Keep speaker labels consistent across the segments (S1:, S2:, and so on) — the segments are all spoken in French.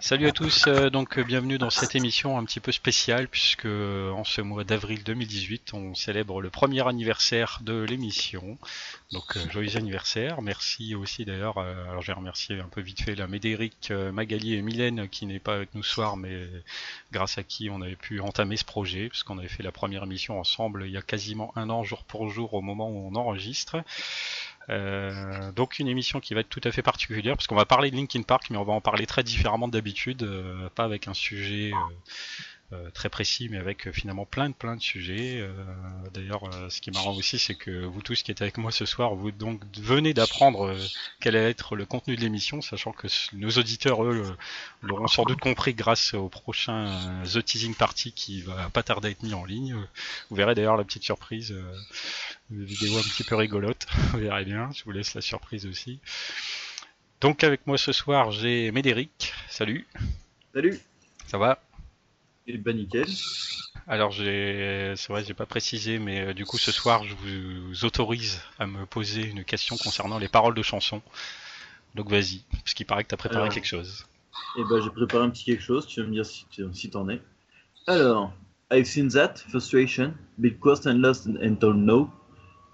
S1: Salut à tous, euh, donc euh, bienvenue dans cette émission un petit peu spéciale puisque euh, en ce mois d'avril 2018 on célèbre le premier anniversaire de l'émission. Donc euh, joyeux anniversaire, merci aussi d'ailleurs, euh, alors j'ai remercié un peu vite fait la Médéric, euh, Magali et Mylène qui n'est pas avec nous ce soir mais grâce à qui on avait pu entamer ce projet puisqu'on avait fait la première émission ensemble il y a quasiment un an jour pour jour au moment où on enregistre. Euh, donc une émission qui va être tout à fait particulière parce qu'on va parler de Linkin Park mais on va en parler très différemment d'habitude, euh, pas avec un sujet euh, euh, très précis mais avec euh, finalement plein de plein de sujets. Euh, D'ailleurs euh, ce qui est marrant aussi c'est que vous tous qui êtes avec moi ce soir vous donc venez d'apprendre euh, quel allait être le contenu de l'émission sachant que s- nos auditeurs eux le- l'auront sans doute compris grâce au prochain euh, The Teasing Party qui va pas tarder à être mis en ligne. Vous verrez d'ailleurs la petite surprise, euh, une vidéo un petit peu rigolote. Vous verrez bien, je vous laisse la surprise aussi. Donc avec moi ce soir, j'ai Médéric. Salut,
S2: Salut
S1: ça va
S2: Et bah nickel.
S1: Alors j'ai, c'est vrai, j'ai pas précisé, mais euh, du coup ce soir, je vous autorise à me poser une question concernant les paroles de chansons. Donc vas-y, parce qu'il paraît que t'as préparé
S2: Alors.
S1: quelque chose.
S2: Et bah j'ai préparé un petit quelque chose, tu vas me dire si, tu- si t'en es. Alors, I've seen that, frustration, been crossed and lost and, and told no.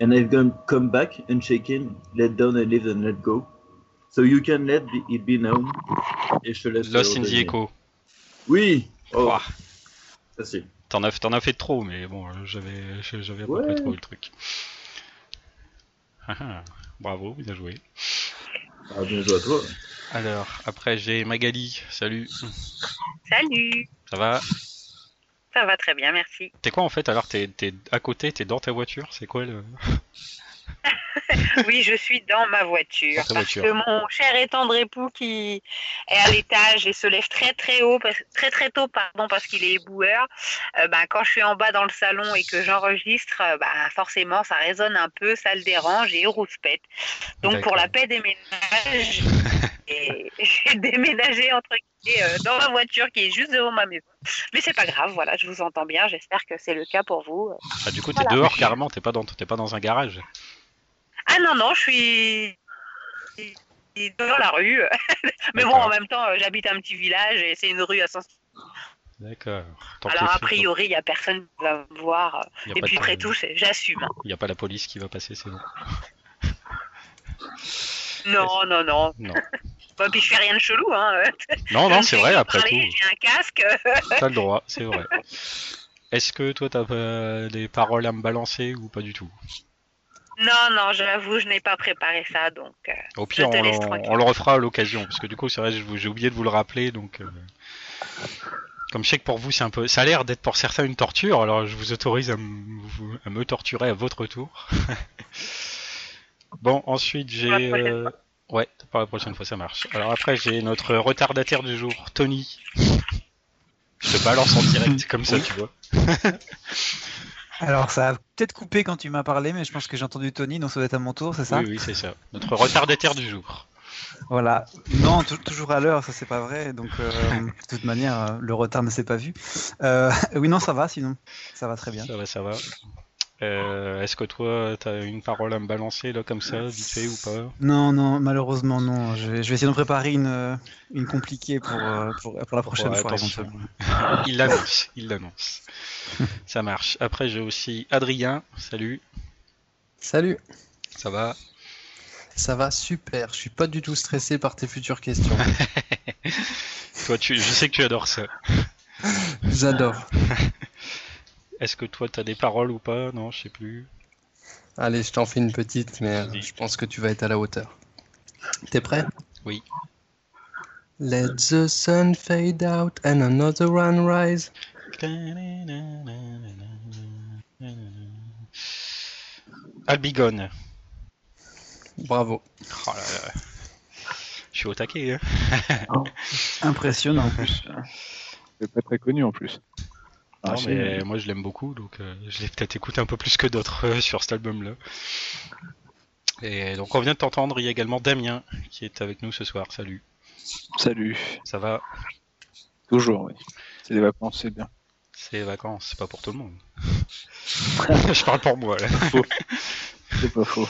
S2: And I've gone, come back and shaken, let down and live and let go. So you can let be- it be known. Et je te laisse.
S1: Lost
S2: euh,
S1: in the
S2: deviner.
S1: Echo.
S2: Oui Oh,
S1: Ouah,
S2: facile.
S1: t'en as, t'en as fait trop, mais bon, euh, j'avais, j'avais à peu
S2: Ouais.
S1: près trouvé le truc. Ah, ah, Bravo, bien joué.
S2: Ah, bien joué à toi.
S1: Alors, après j'ai Magali, salut,
S3: Salut
S1: ça va
S3: Ça va très bien, merci.
S1: T'es quoi en fait Alors t'es t'es à côté, t'es dans ta voiture, c'est quoi le...
S3: Oui, je suis dans ma voiture.
S1: Dans ta
S3: Parce
S1: voiture.
S3: que mon cher et tendre époux qui est à l'étage et se lève très très haut, parce- très très tôt, pardon, parce qu'il est éboueur, euh, ben, quand je suis en bas dans le salon et que j'enregistre, euh, ben, forcément ça résonne un peu, ça le dérange et il rouspète. Donc
S1: D'accord.
S3: pour la paix des ménages, j'ai- j'ai déménagé entre guillemets euh, dans ma voiture qui est juste devant ma maison. Mais c'est pas grave, voilà, je vous entends bien, j'espère que c'est le cas pour vous. euh,
S1: Ah du coup t'es
S3: Voilà.
S1: dehors carrément, t'es pas, dans- t'es pas dans un garage.
S3: Ah non, non, je suis je suis dans la rue. Mais bon,
S1: D'accord.
S3: en même temps, euh, j'habite un petit village et c'est une rue à sens.
S1: D'accord. Tant que
S3: Alors,
S1: les
S3: a
S1: flics-
S3: priori, il n'y a personne qui va me voir.
S1: y a
S3: Et
S1: pas
S3: puis,
S1: de-
S3: après tout, c'est- j'assume.
S1: y a pas la police qui va passer, c'est bon.
S3: Non, non, non.
S1: Non,
S3: Bah, puis, je fais rien de chelou. Hein.
S1: non, non
S3: Je
S1: c'est
S3: sais
S1: vrai,
S3: que
S1: après
S3: parler,
S1: tout,
S3: J'ai un casque.
S1: t'as le droit, c'est vrai. Est-ce que toi t'as euh, des paroles à me balancer ou pas du tout
S3: Non, non, j'avoue, je n'ai pas préparé ça. Donc, euh,
S1: Au pire,
S3: te
S1: on,
S3: laisse
S1: l'en-
S3: tranquille.
S1: on le refera à l'occasion, parce que du coup, c'est vrai, je vous- j'ai oublié de vous le rappeler, donc. euh, Comme je sais que pour vous, c'est un peu. Ça a l'air d'être pour certains une torture, alors je vous autorise à, m- vous- à me torturer à votre tour. bon, ensuite, j'ai.
S3: Pour la prochaine
S1: euh, Ouais, pour la prochaine fois, ça marche. Alors après, j'ai notre retardataire du jour, Tony. Je te balance en direct, comme ça, tu vois.
S4: Alors, ça a peut-être coupé quand tu m'as parlé, mais je pense que j'ai entendu Tony, donc ça doit être à mon tour, c'est ça
S1: oui, oui, c'est ça. Notre retardataire du jour.
S4: Voilà. Non, tou- toujours à l'heure, ça c'est pas vrai, donc euh, de toute manière, euh, le retard ne s'est pas vu. Euh, oui, non, ça va sinon. Ça va très bien.
S1: Ça va, ça va. Euh, Est-ce que toi, t'as une parole à me balancer là comme ça, vite fait ou pas
S4: Non, non, malheureusement, non. Je vais, je vais essayer de préparer une, euh, une compliquée pour, euh, pour, pour la prochaine
S1: Ouais,
S4: fois,
S1: attention.
S4: éventuellement.
S1: Il l'annonce, il l'annonce. ça marche. Après, j'ai aussi Adrien. Salut,
S5: Salut,
S1: ça va
S5: ça va super. Je suis pas du tout stressé par tes futures questions.
S1: Toi, tu, je sais que tu adores ça.
S5: J'adore.
S1: Est-ce que toi, t'as des paroles ou pas Non, je sais plus.
S5: Allez, je t'en fais une petite, mais euh,
S1: Vas-y.
S5: je pense que tu vas être à la hauteur. T'es prêt
S1: Oui.
S5: Let the sun fade out and another one rise.
S1: Albigone.
S5: Bravo.
S1: Oh là là. Je suis au taquet. hein.
S4: Impressionnant.
S6: C'est pas très connu en plus.
S1: Non,
S6: Arraché,
S1: mais moi je l'aime beaucoup, donc euh, je l'ai peut-être écouté un peu plus que d'autres euh, sur cet album-là. Et donc on vient de t'entendre, il y a également Damien qui est avec nous ce soir. Salut,
S6: Salut.
S1: ça va
S6: Toujours, oui. C'est des vacances, c'est bien.
S1: C'est les vacances, c'est pas pour tout le monde. je parle pour moi là.
S6: C'est pas faux.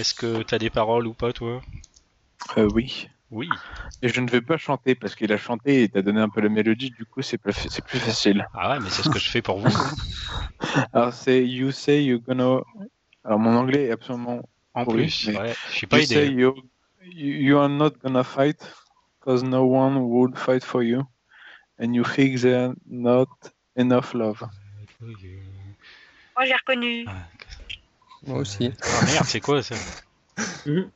S1: Est-ce que t'as des paroles ou pas toi
S6: Euh, oui.
S1: Oui.
S6: Et je ne vais pas chanter parce qu'il a chanté et t'as donné un peu la mélodie, du coup c'est pas fa- c'est plus facile.
S1: Ah ouais, mais c'est ce que je fais pour vous. hein.
S6: Alors c'est You say you gonna. Alors mon anglais est absolument.
S1: En
S6: Oui,
S1: plus,
S6: mais
S1: ouais, je suis pas
S6: you say
S1: aidé.
S6: you, you are not gonna fight because no one would fight for you and you think there's not enough love.
S3: Moi, j'ai reconnu.
S1: euh, Ah,
S5: Moi aussi.
S1: Ah merde, c'est quoi ça
S2: Mhm.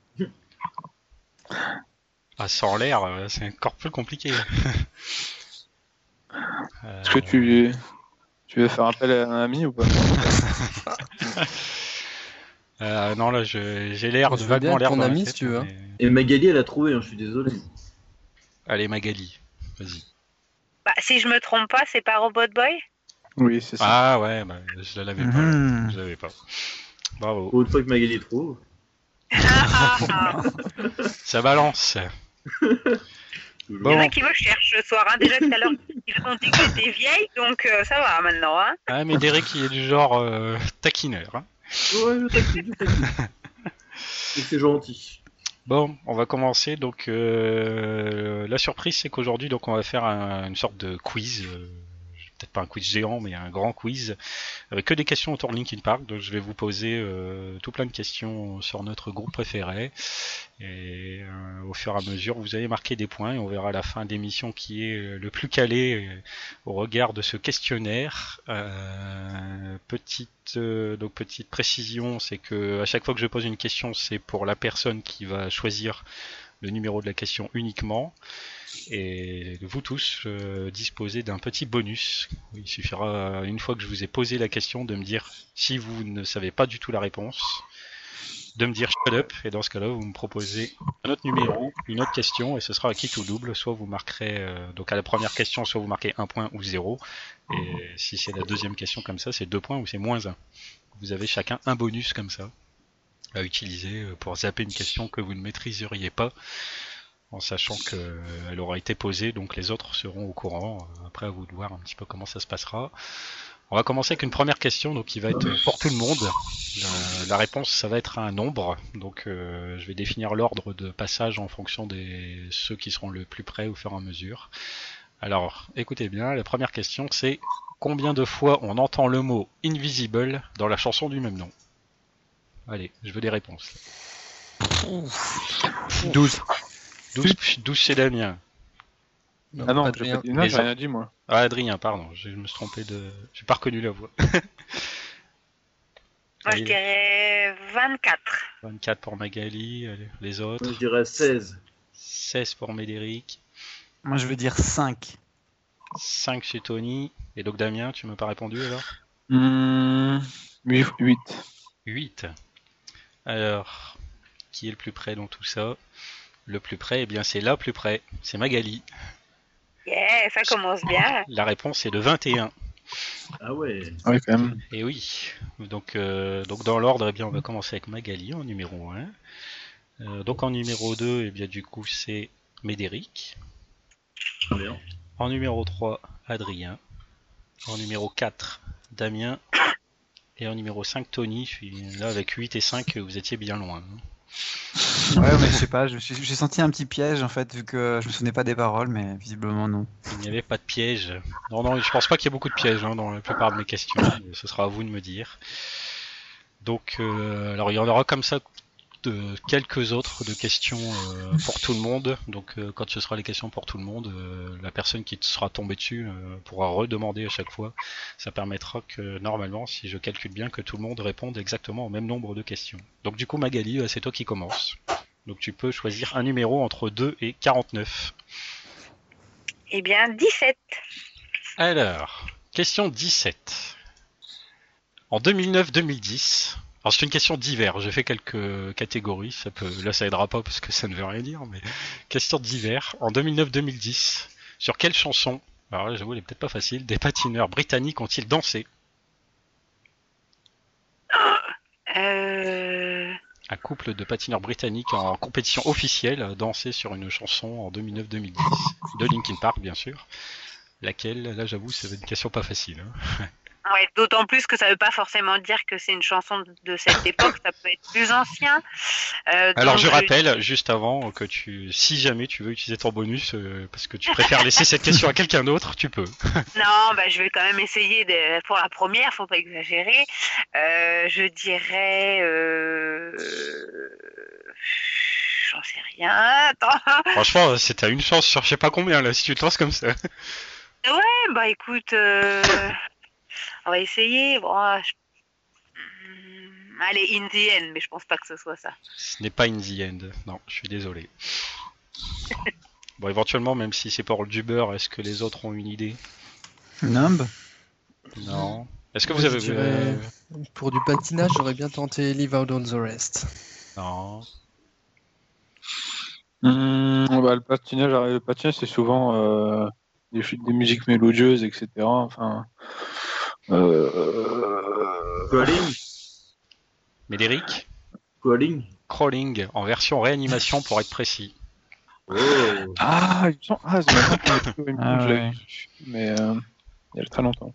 S1: Ah, sans l'air, euh, c'est encore plus compliqué. Euh,
S6: Est-ce que tu, tu veux faire appel à un ami ou pas
S1: euh, non, là, je- j'ai l'air,
S5: Je veux bien
S1: vaguement
S5: être
S1: l'air
S5: ton
S1: dans la
S5: ami,
S1: tête,
S5: si tu veux, hein.
S1: mais-
S2: Et Magali, elle a trouvé, hein, je suis désolé.
S1: Allez, Magali, vas-y.
S3: Bah, si je me trompe pas, c'est pas Robot Boy
S6: Oui, c'est ça.
S1: Ah ouais, bah, je la l'avais pas.
S4: Mhm.
S1: Je l'avais pas. Bravo.
S2: Pour une fois que Magali trouve.
S3: Ah, ah, ah.
S1: Ça balance.
S3: Il y en
S1: Bon.
S3: a qui me cherchent ce soir. hein. Déjà tout à l'heure, ils ont dit que j'étais vieille, donc euh, ça va maintenant. Hein.
S1: Ah, mais Derek, il est du genre euh, taquineur. hein.
S2: Ouais, je t'active, je t'active. Et c'est gentil.
S1: Bon, on va commencer. Donc, euh, la surprise, c'est qu'aujourd'hui, donc, on va faire un- une sorte de quiz. euh, Peut-être pas un quiz géant, mais un grand quiz avec que des questions autour de Linkin Park. Donc, je vais vous poser euh, tout plein de questions sur notre groupe préféré. Et euh, au fur et à mesure, vous allez marquer des points et on verra à la fin de l'émission qui est euh, le plus calé euh, au regard de ce questionnaire. Euh, petite euh, donc petite précision, c'est que à chaque fois que je pose une question, c'est pour la personne qui va choisir le numéro de la question uniquement. Et vous tous euh, disposez d'un petit bonus. Il suffira euh, une fois que je vous ai posé la question de me dire si vous ne savez pas du tout la réponse, de me dire shut up. Et dans ce cas-là, vous me proposez un autre numéro, une autre question, et ce sera à qui tout double. Soit vous marquerez euh, donc à la première question, soit vous marquez un point ou zéro. Et si c'est la deuxième question comme ça, c'est deux points ou c'est moins un. Vous avez chacun un bonus comme ça à utiliser euh, pour zapper une question que vous ne maîtriseriez pas, en sachant que euh, elle aura été posée, donc les autres seront au courant. Euh, Après, à vous de voir un petit peu comment ça se passera. On va commencer avec une première question, donc qui va être pour tout le monde. Ben, La, la réponse, ça va être un nombre, donc euh, je vais définir l'ordre de passage en fonction des ceux qui seront le plus près au fur et à mesure. Alors, écoutez bien, la première question, c'est combien de fois on entend le mot invisible dans la chanson du même nom Allez, je veux des réponses.
S5: 12.
S1: 12, chez Damien.
S6: Ah non, j'ai
S5: Adrien.
S6: pas dit- non,
S1: Les
S6: j'ai
S1: gens-
S6: rien dit moi.
S1: Ah, Adrien, pardon, je me suis trompé de. J'ai pas reconnu la voix.
S3: Moi, je
S1: Allez,
S3: dirais 24.
S1: 24 pour Magali, allez, les autres.
S2: Moi, je dirais 16.
S1: 16 pour Médéric,
S4: Moi, je veux dire 5.
S1: 5 chez Tony. Et donc, Damien, tu m'as pas répondu alors
S6: Mmh, 8.
S1: 8. Alors, qui est le plus près dans tout ça Le plus près, eh bien, c'est la plus près. C'est Magali.
S3: Yeah, ça commence bien.
S1: La réponse est de 21.
S2: Ah ouais.
S6: Oui, quand même.
S1: Et oui, donc, euh, donc dans l'ordre, eh bien, on va commencer avec Magali en numéro 1. Euh, donc en numéro 2, eh bien, du coup, c'est Médéric.
S2: Bien.
S1: En numéro 3, Adrien. En numéro 4, Damien. Et en numéro 5, Tony. Je suis là avec 8 et 5, vous étiez bien loin. hein.
S4: Ouais, mais je sais pas, je- j'ai j'ai senti un petit piège en fait, vu que je me souvenais pas des paroles, mais visiblement non.
S1: Il n'y avait pas de piège. Non, non, je pense pas qu'il y ait beaucoup de pièges hein, dans la plupart de mes questions. Ce sera à vous de me dire. Donc, euh, alors il y en aura comme ça de quelques autres de questions euh, pour tout le monde. Donc euh, quand ce sera les questions pour tout le monde, euh, la personne qui te sera tombée dessus euh, pourra redemander à chaque fois. Ça permettra que normalement, si je calcule bien, que tout le monde réponde exactement au même nombre de questions. Donc du coup Magali, euh, c'est toi qui commence. Donc tu peux choisir un numéro entre 2 et 49.
S3: Eh bien, 17.
S1: Alors, question 17. En 2009-2010, alors c'est une question d'hiver, j'ai fait quelques catégories, ça peut, là ça aidera pas parce que ça ne veut rien dire, mais question d'hiver, en 2009-2010, sur quelle chanson, alors là j'avoue elle est peut-être pas facile, des patineurs britanniques ont-ils dansé
S3: Euh,
S1: Un couple de patineurs britanniques en compétition officielle a dansé sur une chanson en 2009-2010, de Linkin Park bien sûr, laquelle, là j'avoue c'est une question pas facile. hein.
S3: ouais, D'autant plus que ça ne veut pas forcément dire que c'est une chanson de- de cette époque, ça peut être plus ancien. Euh,
S1: Alors
S3: donc,
S1: je rappelle juste avant que tu, si jamais tu veux utiliser ton bonus euh, parce que tu préfères laisser cette question à quelqu'un d'autre, tu peux.
S3: Non, bah, je vais quand même essayer de, pour la première, faut pas exagérer. Euh, je dirais. Euh... J'en sais rien. Attends.
S1: Franchement, c'était à une chance sur je sais pas combien là si tu te lances comme ça.
S3: Ouais, bah écoute, euh, on va essayer. Bon, ah, je- Hmm, Allez, Indienne, mais je pense pas que ce soit ça.
S1: Ce n'est pas in the end. Non, je suis désolé. Bon, éventuellement, même si c'est pour du beurre, est-ce que les autres ont une idée
S4: Numb
S1: Non. Est-ce que
S5: Moi,
S1: vous
S5: je
S1: avez
S5: dirais-
S1: euh,
S5: Pour du patinage, j'aurais bien tenté Leave Out All the Rest.
S1: Non.
S6: Hmm, bah, le patinage, le patinage c'est souvent euh, des, ch- des musiques mélodieuses, etc. Enfin, euh,
S2: Crawling
S1: Médéric
S2: Crawling
S1: Crawling en version réanimation pour être précis.
S2: Oh
S6: ah, il me semble- ah, c'est maintenant qu'il y a plus, il me semble
S4: Ah
S6: que je l'avais
S4: ouais.
S6: vu, mais euh, il y a très longtemps.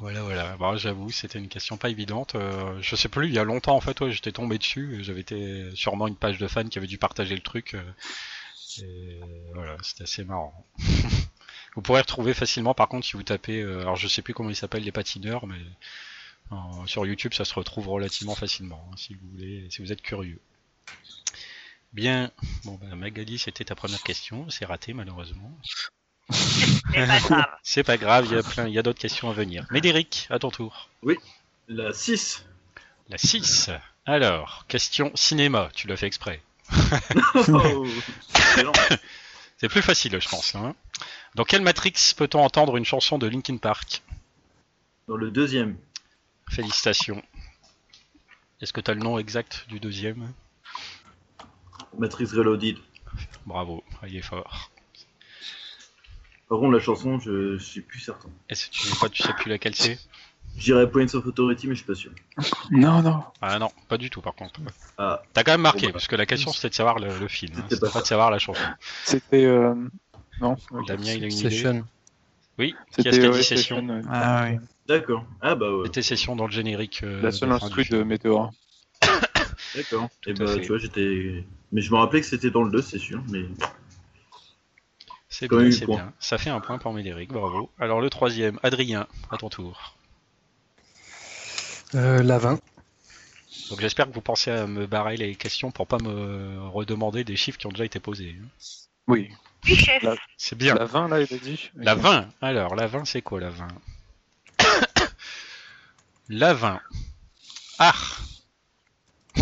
S1: Voilà, voilà. Bon, j'avoue, c'était une question pas évidente. Euh, je sais plus, il y a longtemps en fait, ouais, j'étais tombé dessus. et J'avais été sûrement une page de fan qui avait dû partager le truc. euh, et voilà, c'était assez marrant. vous pourrez retrouver facilement, par contre, si vous tapez. euh, alors, je sais plus comment ils s'appellent les patineurs, mais euh, sur YouTube, ça se retrouve relativement facilement, hein, si vous voulez, si vous êtes curieux. Bien, bon, bah, Magali, c'était ta première question. C'est raté, malheureusement.
S3: C'est pas grave.
S1: C'est pas grave, il y a plein, il y a d'autres questions à venir. Médéric, à ton tour.
S2: La 6
S1: La 6. Alors, question cinéma, tu l'as fait exprès.
S2: Oh Excellent.
S1: C'est plus facile, je pense. Hein Dans quelle Matrix peut-on entendre une chanson de Linkin Park
S2: Dans le deuxième.
S1: Félicitations. Est-ce que tu as le nom exact du deuxième
S2: Matrix Reloaded.
S1: Bravo, il est fort.
S2: Par contre, la chanson, je, je suis plus certain.
S1: Est-ce que tu sais, pas, tu sais plus laquelle c'est
S2: J'irai Points of Authority, mais je suis pas sûr.
S6: Non, non.
S1: Ah non, pas du tout par contre.
S2: Ah,
S1: T'as quand même marqué,
S2: Bon, bah.
S1: parce que la question c'était de savoir le, le film, hein,
S2: C'était
S1: c'était
S2: pas Ah,
S1: pas de savoir la chanson.
S6: C'était. euh, Non, ok.
S1: Damien, il a une idée.
S5: Session.
S1: Oui, qui a
S6: c'était
S1: dit
S6: ouais,
S1: session
S6: Session, ouais.
S4: Ah oui.
S2: d'accord. Ah bah ouais.
S1: C'était session dans le générique. euh,
S6: La seule
S1: de fin du
S6: instru
S1: film.
S6: de Météora.
S2: D'accord. Et
S1: Tout à
S2: bah,
S1: fait.
S2: tu vois, j'étais. Mais je me rappelais que c'était dans le 2, c'est sûr. Mais
S1: C'est
S2: Quand
S1: bien,
S2: même eu
S1: c'est
S2: point.
S1: bien. Ça fait un point pour Médéric, bravo. Alors le troisième, Adrien, à ton tour.
S5: Euh, la 20.
S1: Donc j'espère que vous pensez à me barrer les questions pour pas me redemander des chiffres qui ont déjà été posés.
S6: Oui.
S3: Oui, chef.
S6: La-
S1: C'est bien.
S6: La 20, là, il a dit.
S1: La
S6: Ok.
S1: 20. Alors, la 20, c'est quoi la 20 La 20. Ah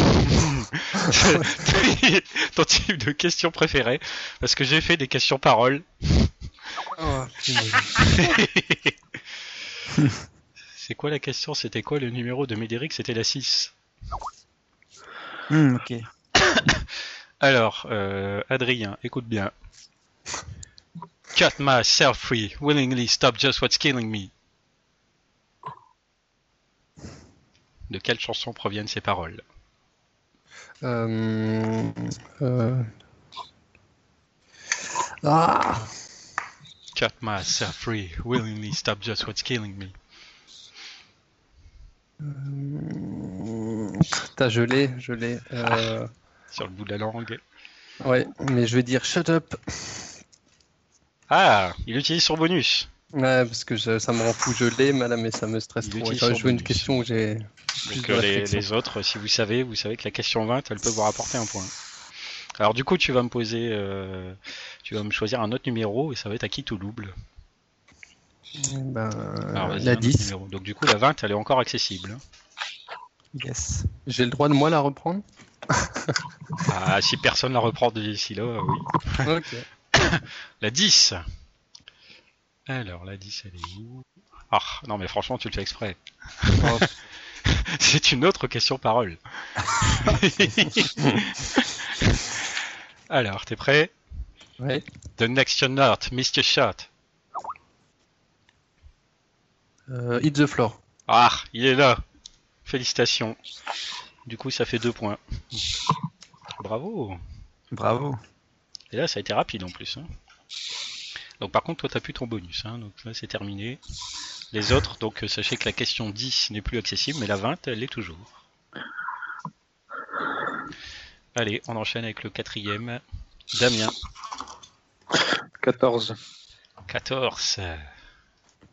S1: C'est Ton type de question préférée, parce que j'ai fait des questions paroles.
S5: Oh, punaise.
S1: C'est quoi la question C'était quoi le numéro de Médéric C'était la 6.
S4: Hmm, ok.
S1: Alors, euh, Adrien, écoute bien. Cut myself free, willingly stop just what's killing me. De quelle chanson proviennent ces paroles
S5: Euh, euh. Ah
S1: Cut myself free, willingly stop just what's killing me.
S5: Euh, Putain, je l'ai, je l'ai. Euh,
S1: Sur le bout de la langue.
S5: Ouais, mais je vais dire shut up.
S1: Ah, il utilise son bonus.
S5: Ouais, parce que je- ça me rend fou, je l'ai, madame, mais ça me stresse
S1: Il
S5: trop.
S1: utilise
S5: J'aurais
S1: son
S5: joué une
S1: bonus.
S5: question où j'ai plus
S1: Donc,
S5: de
S1: euh, les,
S5: réflexion.
S1: les autres, si vous savez, vous savez que la question 20, elle peut vous rapporter un point. Alors du coup, tu vas me poser, euh, tu vas me choisir un autre numéro et ça va être à qui tout double.
S5: Ben,
S1: Alors, Ah, vas-y, un
S5: la
S1: autre
S5: 10.
S1: numéro. Donc du coup, la 20, elle est encore accessible. hein.
S4: Yes.
S5: J'ai le droit de moi la reprendre
S1: Ah, si personne la reprend d'ici là, euh, oui.
S5: Ok.
S1: La 10. Alors la 10, elle est où Ah, non mais franchement, tu le fais exprès.
S5: Oh,
S1: C'est une autre question parole. Alors, t'es prêt
S5: ouais.
S1: The next shot, Mr. Shot.
S5: Euh, hit the floor.
S1: Ah, il est là. Félicitations. Du coup, ça fait deux points. Bravo.
S4: Bravo.
S1: Et là, ça a été rapide en plus. hein. Donc, par contre, toi, t'as plus ton bonus. hein. Donc là, c'est terminé. Les autres, donc, euh, sachez que la question 10 n'est plus accessible, mais la 20, elle l'est toujours. Allez, on enchaîne avec le quatrième. Damien,
S6: 14.
S1: 14.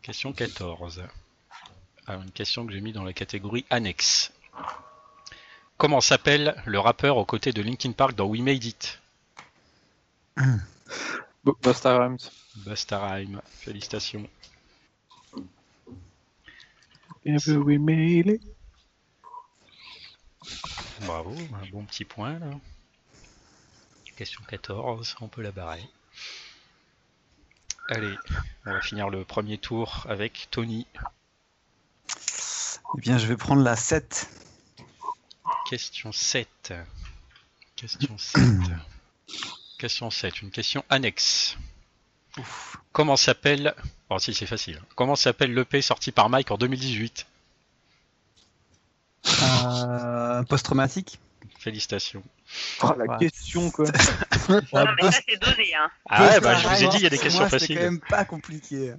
S1: Question 14. Alors, une question que j'ai mis dans la catégorie annexe. Comment s'appelle le rappeur aux côtés de Linkin Park dans We Made It
S6: Bu- Busta Rhymes.
S1: Busta Rhymes, félicitations.
S6: Baby, we made it.
S1: Bravo, un bon petit point là. Question 14, on peut la barrer. Allez, on va finir le premier tour avec Tony.
S4: Eh bien, je vais prendre la 7.
S1: Question 7. Question 7. question 7, une question annexe. Comment s'appelle. Bon, si c'est facile. Comment s'appelle l'EP sorti par Mike en 2018
S4: Euh, Post-traumatique
S1: Félicitations.
S6: Oh, la
S4: Ouais.
S6: question, quoi.
S4: La
S3: Non, mais
S4: bosse-
S3: ça, c'est donné. Hein.
S1: Ah ouais,
S4: bosse
S1: bah,
S4: la
S1: je vous ai
S4: rage.
S1: dit, il y a des
S4: Pour
S1: questions
S4: moi,
S1: faciles.
S4: C'était quand même pas compliqué.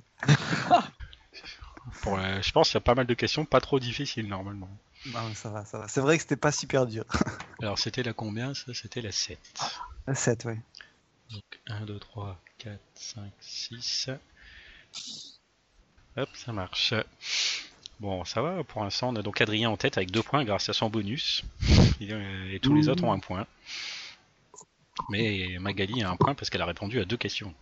S1: Pour, euh, je pense qu'il y a pas mal de questions pas trop difficiles normalement.
S4: Bon, ça va, ça va. C'est vrai que c'était pas super dur.
S1: Alors c'était la combien ça C'était la 7.
S4: La 7, ouais.
S1: Donc 1, 2, 3, 4, 5, 6. Hop, ça marche. Bon, ça va, pour l'instant on a donc Adrien en tête avec 2 points grâce à son bonus. Et, euh, et tous les autres ont un point. Mais Magali a un point parce qu'elle a répondu à deux questions.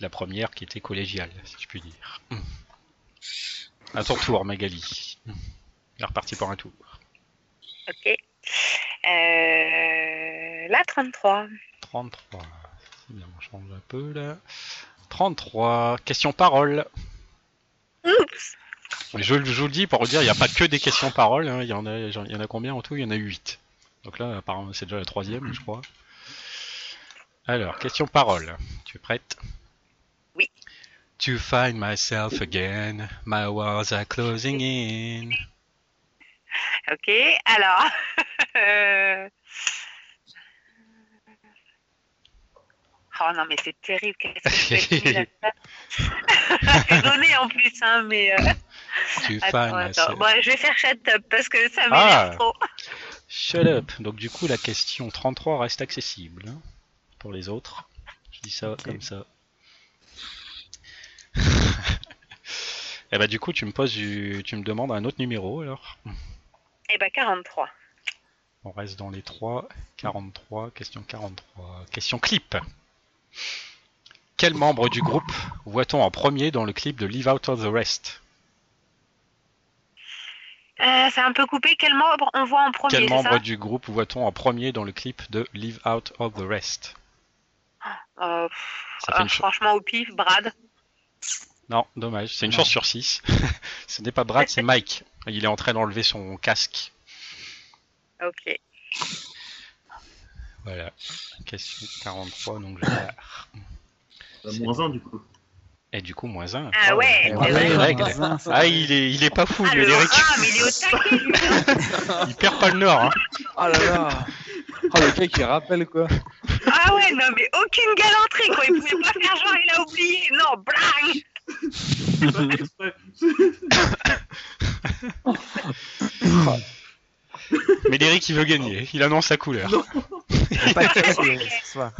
S1: La première qui était collégiale, si je puis dire. À ton tour, Magali. Elle est repartie pour un tour.
S3: Ok. Euh, la 33.
S1: 33. C'est bien, on change un peu là. 33. Question parole.
S3: Oups.
S1: Mais je, je vous le dis pour vous dire, il n'y a pas que des questions paroles. hein. Il y en a, genre, il y en a combien en tout Il y en a 8. Donc là, apparemment, c'est déjà la troisième, je crois. Alors, question parole. Tu es prête
S3: Oui.
S1: To find myself again, my walls are closing in.
S3: Ok. Alors. euh, Oh non, mais c'est terrible. Qu'est-ce que je fais de la- C'est donné en plus, hein, mais. euh,
S1: To find
S3: Attends, attends.
S1: myself.
S3: Bon, je vais faire shut up parce que ça m'énerve
S1: Ah.
S3: trop.
S1: Shut up. Donc du coup, la question 33 reste accessible hein, pour les autres. Je dis ça comme ça. Et bah du coup, tu me poses, du- tu me demandes un autre numéro alors.
S3: Eh ben, 43.
S1: On reste dans les 3. 43, question 43. Question clip. Quel membre du groupe voit-on en premier dans le clip de Leave Out of the Rest
S3: Euh, c'est un peu coupé. Quel membre on voit en premier
S1: Quel
S3: c'est ça
S1: membre du groupe voit-on en premier dans le clip de Leave Out of the Rest
S3: Euh, pff,
S1: Ça fait
S3: euh,
S1: une, cho-
S3: Franchement, au pif, Brad.
S1: Non, dommage, c'est une chance sur 6. Ce n'est pas Brad, c'est Mike. Il est en train d'enlever son casque.
S3: Ok.
S1: Voilà. Question 43, donc je perds.
S2: Bah, moins un du coup.
S1: Et du coup, moins 1.
S3: Ah ouais,
S1: Eh
S4: Ouais,
S3: c'est vrai.
S4: ouais,
S1: règle.
S4: ouais, ça-
S1: Ah, il est, il est pas fou,
S3: Ah,
S1: lui,
S3: le
S1: l'Eric.
S3: rame, il est au taquet, lui.
S1: Il perd pas le nord. Hein.
S6: Oh là là. Oh, le gars qui rappelle, quoi.
S3: Ah ouais, non, mais aucune galanterie, quoi. Il pouvait pas faire genre, il a oublié. Non, blague.
S1: Mais l'Eric, il veut gagner. Il annonce sa couleur.
S4: Pas de caisse, euh, ce soir.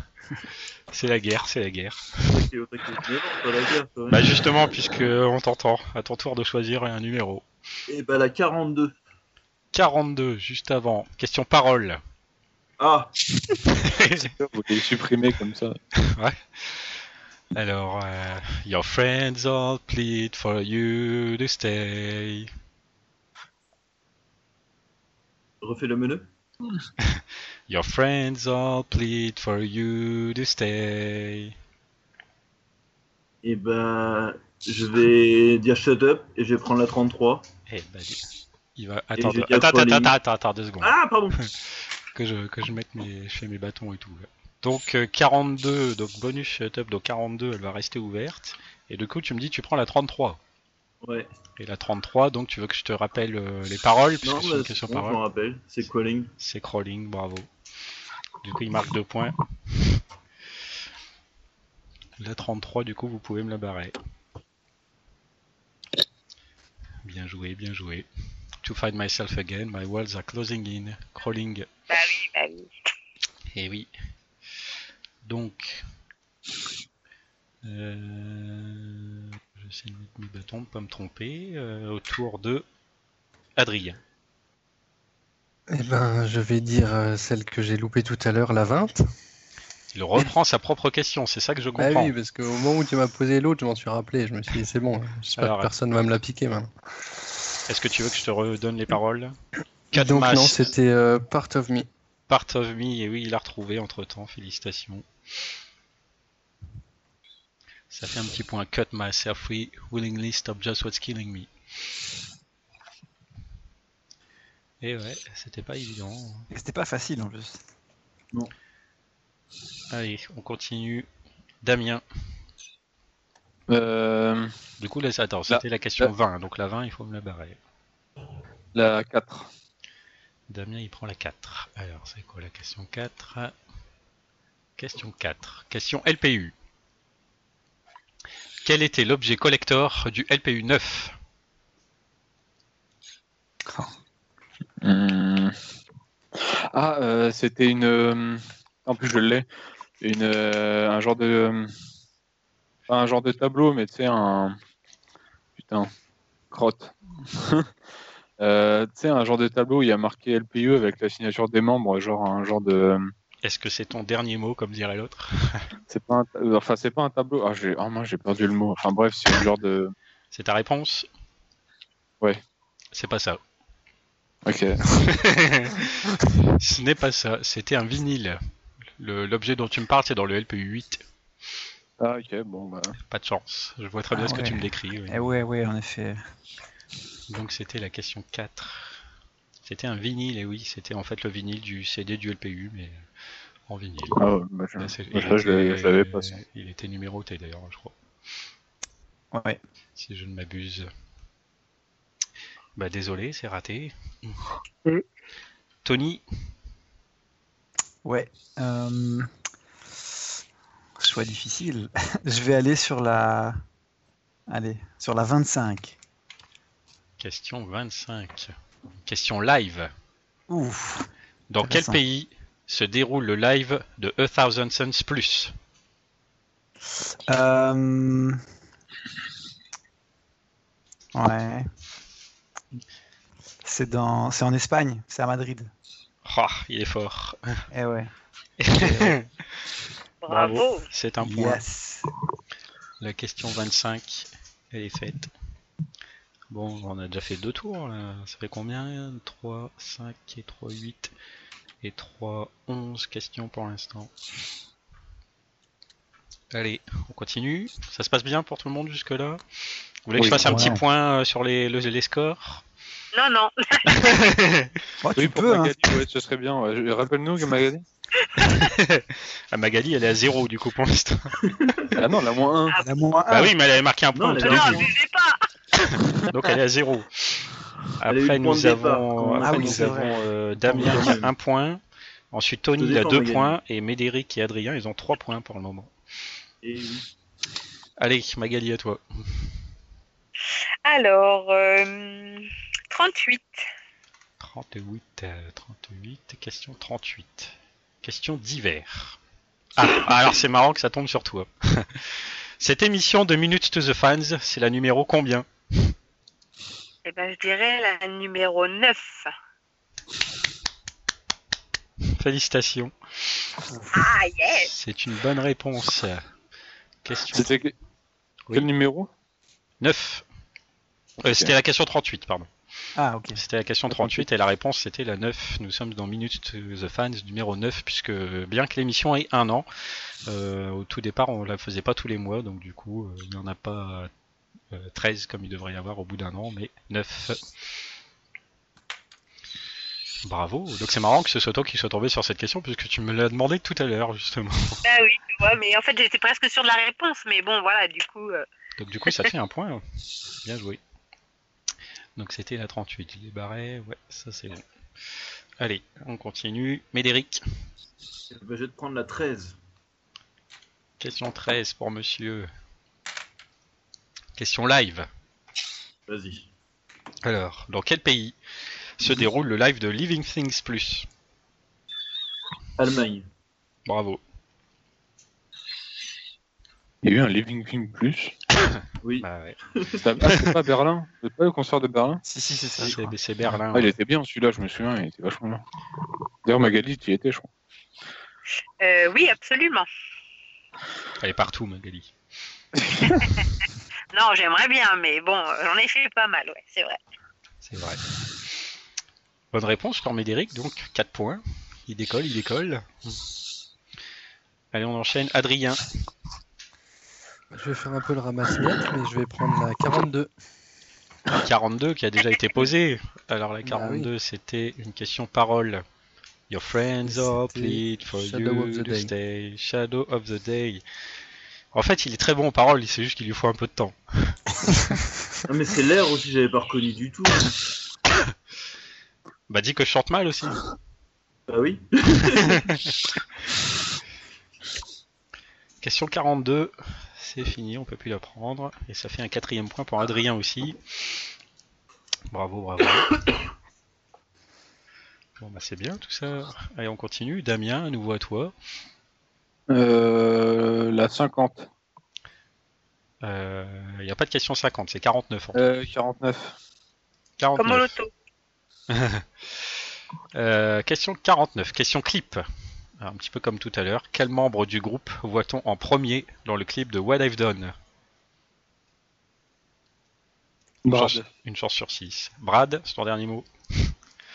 S1: C'est la guerre, c'est la guerre.
S2: Ok, ok. Mais non, pas la guerre, quand même.
S1: Bah justement, puisque on t'entend, à ton tour de choisir un numéro.
S2: Et bah la 42.
S1: 42, juste avant. Question parole.
S2: Ah,
S6: Vous les supprimer comme ça.
S1: Alors, euh, your friends all plead for you to stay.
S2: refais le menu.
S1: Your friends all plead for you to stay.
S2: Et bah je vais dire shut up et je vais prendre la 33.
S1: Eh ben, il va. Attends,
S2: je vais dire
S1: attends, attends,
S2: calling.
S1: attends, attends, attends, deux secondes.
S2: Ah pardon.
S1: que je, que je mette mes, je fais mes bâtons et tout. là. Donc euh, 42, donc bonus shut up, donc 42, elle va rester ouverte. Et du coup, tu me dis, tu prends la 33.
S2: Ouais.
S1: Et la 33, donc tu veux que je te rappelle euh, les paroles, puisque
S2: Non,
S1: c'est
S2: bah,
S1: une
S2: c'est
S1: question
S2: bon, je
S1: parole.
S2: m'en rappelle. C'est calling.
S1: C'est crawling, bravo. Du coup, il marque deux points. La 33, du coup, vous pouvez me la barrer. Bien joué, bien joué. To find myself again, my walls are closing in. Crawling
S3: Bah oui, bah oui.
S1: Eh oui. Donc. Euh, J'essaie de mettre mes bâtons pour pas me tromper. Euh, au tour de Adrien.
S5: Eh ben, je vais dire euh, celle que j'ai loupée tout à l'heure, la 20.
S1: Il reprend sa propre question, c'est ça que je
S5: Bah
S1: comprends.
S5: oui, parce qu'au moment où tu m'as posé l'autre, je m'en suis rappelé. Je me suis dit, c'est bon, j'espère
S1: Alors,
S5: que personne va me la piquer maintenant.
S1: Est-ce que tu veux que je te redonne les paroles
S5: Donc
S1: Cadmas,
S5: non, c'était euh, Part of Me.
S1: Part of Me, et oui, il l'a retrouvé entre temps, félicitations. Ça fait un petit point. Cut myself free, willingly stop just what's killing me. Et Eh ouais, c'était pas évident.
S4: Et c'était pas facile en plus.
S1: Allez, on continue. Damien.
S6: Euh,
S1: Du coup, là, attends, c'était la question 20. Donc la 20, il faut me la barrer.
S6: la 4.
S1: Damien, il prend la 4. Alors, c'est quoi la question 4 Question 4. Question LPU. Quel était l'objet collector du LPU 9
S6: Hmm. Ah, euh, c'était une. euh, en plus, je l'ai. Une, euh, un genre de. euh, pas un genre de tableau, mais tu sais, un. Putain, crotte. Euh, tu sais, un genre de tableau où il y a marqué LPE avec la signature des membres, genre un genre de. euh,
S1: Est-ce que c'est ton dernier mot, comme dirait l'autre
S6: C'est pas un, ta- euh, enfin, c'est pas un tableau. Ah, j'ai, ah, mince, j'ai perdu le mot. Enfin, bref, c'est un genre de.
S1: C'est ta réponse
S6: Ouais.
S1: C'est pas ça.
S6: Ok.
S1: Ce n'est pas ça. C'était un vinyle. Le- L'objet dont tu me parles, c'est dans le LPU 8.
S6: Ah, ok, bon, bah.
S1: Pas de chance. Je vois très bien
S4: Ah
S1: ce que
S4: ouais.
S1: tu me décris. oui.
S4: Eh ouais, ouais, en effet.
S1: Donc c'était la question 4. C'était un vinyle, et oui, c'était en fait le vinyle du CD du LPU, mais en vinyle.
S6: Ah, ouais, bah, je-
S1: Là, c'est-
S6: bah,
S1: il
S6: ça, je l'ai-
S1: était-
S6: je l'avais pas. ça.
S1: Il était numéroté d'ailleurs, je crois,
S4: Ouais.
S1: si je ne m'abuse. Bah désolé, c'est raté. Tony,
S4: Ouais. euh, Choix difficile. je vais aller sur la. Allez, sur la 25.
S1: question 25. Question live.
S4: Ouf.
S1: Dans quel
S4: Intéressant.
S1: pays se déroule le live de A Thousand Suns Plus
S4: Euh, Ouais. C'est dans... c'est en Espagne, c'est à Madrid.
S1: Ah, il est fort.
S4: Eh ouais.
S3: Bravo.
S1: C'est un point.
S4: Yes.
S1: La question 25, elle est faite. Bon, on a déjà fait deux tours. Là. Ça fait combien 3, 5 et 3, 8 et 3, 11 questions pour l'instant. Allez, on continue. Ça se passe bien pour tout le monde jusque-là Vous voulez que je
S6: Oui,
S1: fasse un
S4: voilà.
S1: petit point euh, sur les, le- les scores
S3: Non, non.
S4: Oh,
S6: Oui,
S4: tu
S6: pour
S4: peux, hein.
S6: Magali, ouais, ce serait bien. ouais. Je- Rappelle-nous, Magali.
S1: Ah, Magali, elle est à 0 du coup pour l'instant.
S6: Ah non, la moins 1.
S4: Elle a moins
S1: Bah
S4: un.
S1: oui, mais elle avait marqué un point
S2: Non,
S1: au
S2: elle
S1: tout
S2: a-
S3: Non,
S1: début.
S3: abusez pas.
S1: Donc elle est à 0.
S2: Elle a
S1: Après,
S2: eu le point
S1: nous
S2: de départ,
S1: avons,
S2: quand même.
S1: après,
S4: Ah oui,
S1: nous
S4: c'est
S1: avons
S4: vrai.
S1: euh, Damien qui a un point, ensuite Tony
S2: Je te
S1: il a
S2: défends,
S1: deux
S2: Magali.
S1: points et Médéric et Adrien ils ont trois points pour le moment.
S2: Et oui.
S1: Allez, Magali à toi.
S3: Alors, euh, 38.
S1: 38, euh, 38, question 38. Question d'hiver. Ah, ah, alors c'est marrant que ça tombe sur toi. Cette émission de Minutes to the Fans, c'est la numéro combien
S3: Eh ben, je dirais la numéro 9.
S1: Félicitations,
S3: Ah, yes
S1: c'est une bonne réponse. Question
S6: C'était que-
S1: Oui.
S6: quel numéro
S1: 9. Euh, C'était la question 38, pardon.
S4: Ah, ok.
S1: C'était la question 38 et la réponse c'était la 9. Nous sommes dans Minutes to the Fans numéro 9 puisque bien que l'émission ait un an, euh, au tout départ on la faisait pas tous les mois donc du coup euh, il n'y en a pas euh, 13 comme il devrait y avoir au bout d'un an mais 9. Bravo. Donc c'est marrant que ce soit toi qui sois tombé sur cette question puisque tu me l'as demandé tout à l'heure justement.
S3: Bah oui, tu vois, mais en fait, j'étais presque sûre de la réponse, mais bon, voilà, du coup. euh,
S1: Donc du coup, ça fait un point. Bien joué. Donc c'était la 38. Il est barré. Ouais, ça c'est bon. Allez, on continue. Médéric,
S2: Bah, je vais te prendre la 13.
S1: question 13 pour monsieur. Question live.
S2: Vas-y.
S1: Alors, dans quel pays se déroule le live de Living Things Plus
S2: Allemagne.
S1: Bravo.
S6: Il y a eu un Living Thing Plus.
S2: Oui.
S1: Bah ouais,
S6: Ça- ah, c'est pas Berlin C'est pas le concert de Berlin
S4: Si, si, c'est ça.
S1: ça
S4: je
S1: c'est
S4: crois.
S1: c'est Berlin.
S6: Ah, il était bien celui-là, je me souviens, il était vachement bien. D'ailleurs, Magali, tu y étais, je crois.
S3: euh, oui, absolument.
S1: Elle est partout, Magali.
S3: Non, j'aimerais bien, mais bon, j'en ai fait pas mal, ouais, c'est vrai.
S1: C'est vrai. Bonne réponse pour Médéric, donc 4 points. Il décolle, il décolle. Allez, on enchaîne. Adrien,
S5: Je vais faire un peu le ramasse-miettes, mais je vais prendre la 42.
S1: 42 qui a déjà été posée. Alors la
S5: Bah
S1: 42, c'était une question parole. Your friends
S5: C'était
S1: are plead for
S5: Shadow
S1: you
S5: of the
S1: to
S5: Day.
S1: stay. Shadow of the day. En fait, il est très bon en parole, c'est juste qu'il lui faut un peu de temps.
S2: Ah, mais c'est l'air aussi, j'avais pas reconnu du tout.
S1: Bah dis que je chante mal aussi.
S2: Bah oui.
S1: Question 42, c'est fini, on peut plus la prendre. Et ça fait un quatrième point pour Adrien aussi. Bravo, bravo. Bon bah c'est bien tout ça. Allez, on continue. Damien, à nouveau à toi.
S6: Euh, la 50.
S1: Il n'y Euh, a pas de question 50, c'est 49 en tout.
S6: Euh, 49.
S1: 49.
S3: Comme au loto.
S1: Euh, question 49, question clip. Alors, un petit peu comme tout à l'heure. Quel membre du groupe voit-on en premier dans le clip de What I've Done une
S6: Brad.
S1: chance, une chance sur 6. Brad, c'est ton dernier mot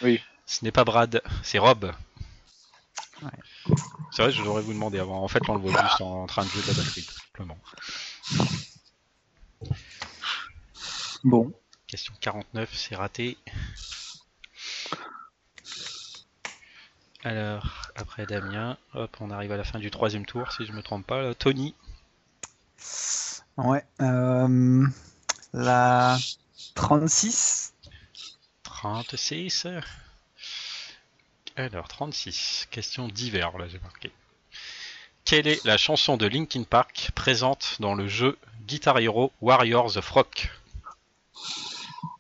S6: Oui.
S1: Ce n'est pas Brad, c'est Rob. C'est vrai, je devrais vous demander avant. En fait, on le voit juste en train de jouer de la batterie, tout simplement.
S6: Bon.
S1: Question 49, c'est raté. Alors, après Damien, hop, on arrive à la fin du troisième tour, si je me trompe pas. là. Tony,
S4: Ouais. euh, la 36.
S1: 36. Alors, 36. Question divers, là, j'ai marqué. Quelle est la chanson de Linkin Park présente dans le jeu Guitar Hero Warriors of Rock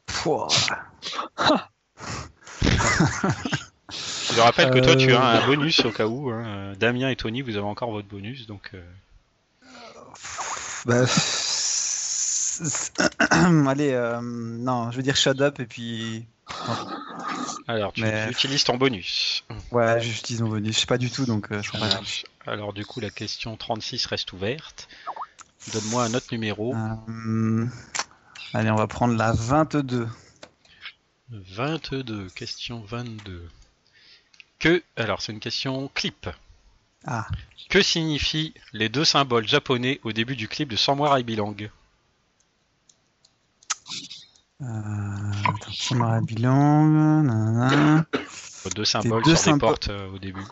S4: Pouah.
S1: Je te rappelle que toi, tu
S5: Euh.
S1: as un bonus au cas où. hein. Euh, Damien et Tony, vous avez encore votre bonus, donc... euh,
S4: Bah, Allez, euh, non, je veux dire shut up et puis.
S1: Alors, tu
S4: Mais-
S1: tu utilises ton bonus.
S4: Ouais, j'utilise mon bonus. Je sais pas du tout, donc euh, je
S1: Ça
S4: comprends pas.
S1: marche. Alors du coup, la question 36 reste ouverte. Donne-moi un autre numéro.
S4: Euh, allez, on va prendre la 22.
S1: 22, question 22. Que, alors c'est une question clip.
S4: Ah.
S1: Que signifient les deux symboles japonais au début du clip de Samurai Bilang
S4: Euh, attends, Samurai Bilang, nanana.
S1: Deux symboles
S4: deux
S1: sur des
S4: symboles.
S1: portes euh, au début.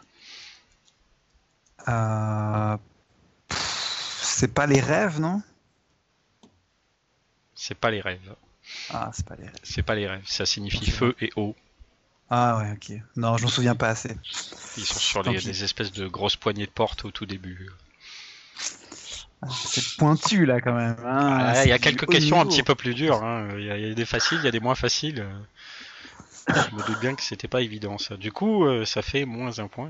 S4: Euh, pff, C'est pas les rêves, non
S1: C'est pas les rêves.
S4: Ah, c'est pas les rêves.
S1: C'est pas les rêves. Ça signifie feu et eau.
S4: Ah ouais, ok. Non, je m'en souviens pas assez.
S1: Ils sont sur
S4: Tant
S1: les,
S4: pis.
S1: des espèces de grosses poignées de portes au tout début.
S4: Ah, C'est pointu là quand même. hein.
S1: Ah,
S4: C'est
S1: il y a
S4: du
S1: quelques
S4: haut
S1: questions un
S4: niveau.
S1: petit peu plus dures. hein. Il y, a il y a des faciles, il y a des moins faciles. Je me doute bien que c'était pas évident ça. Du coup, euh, ça fait moins un point.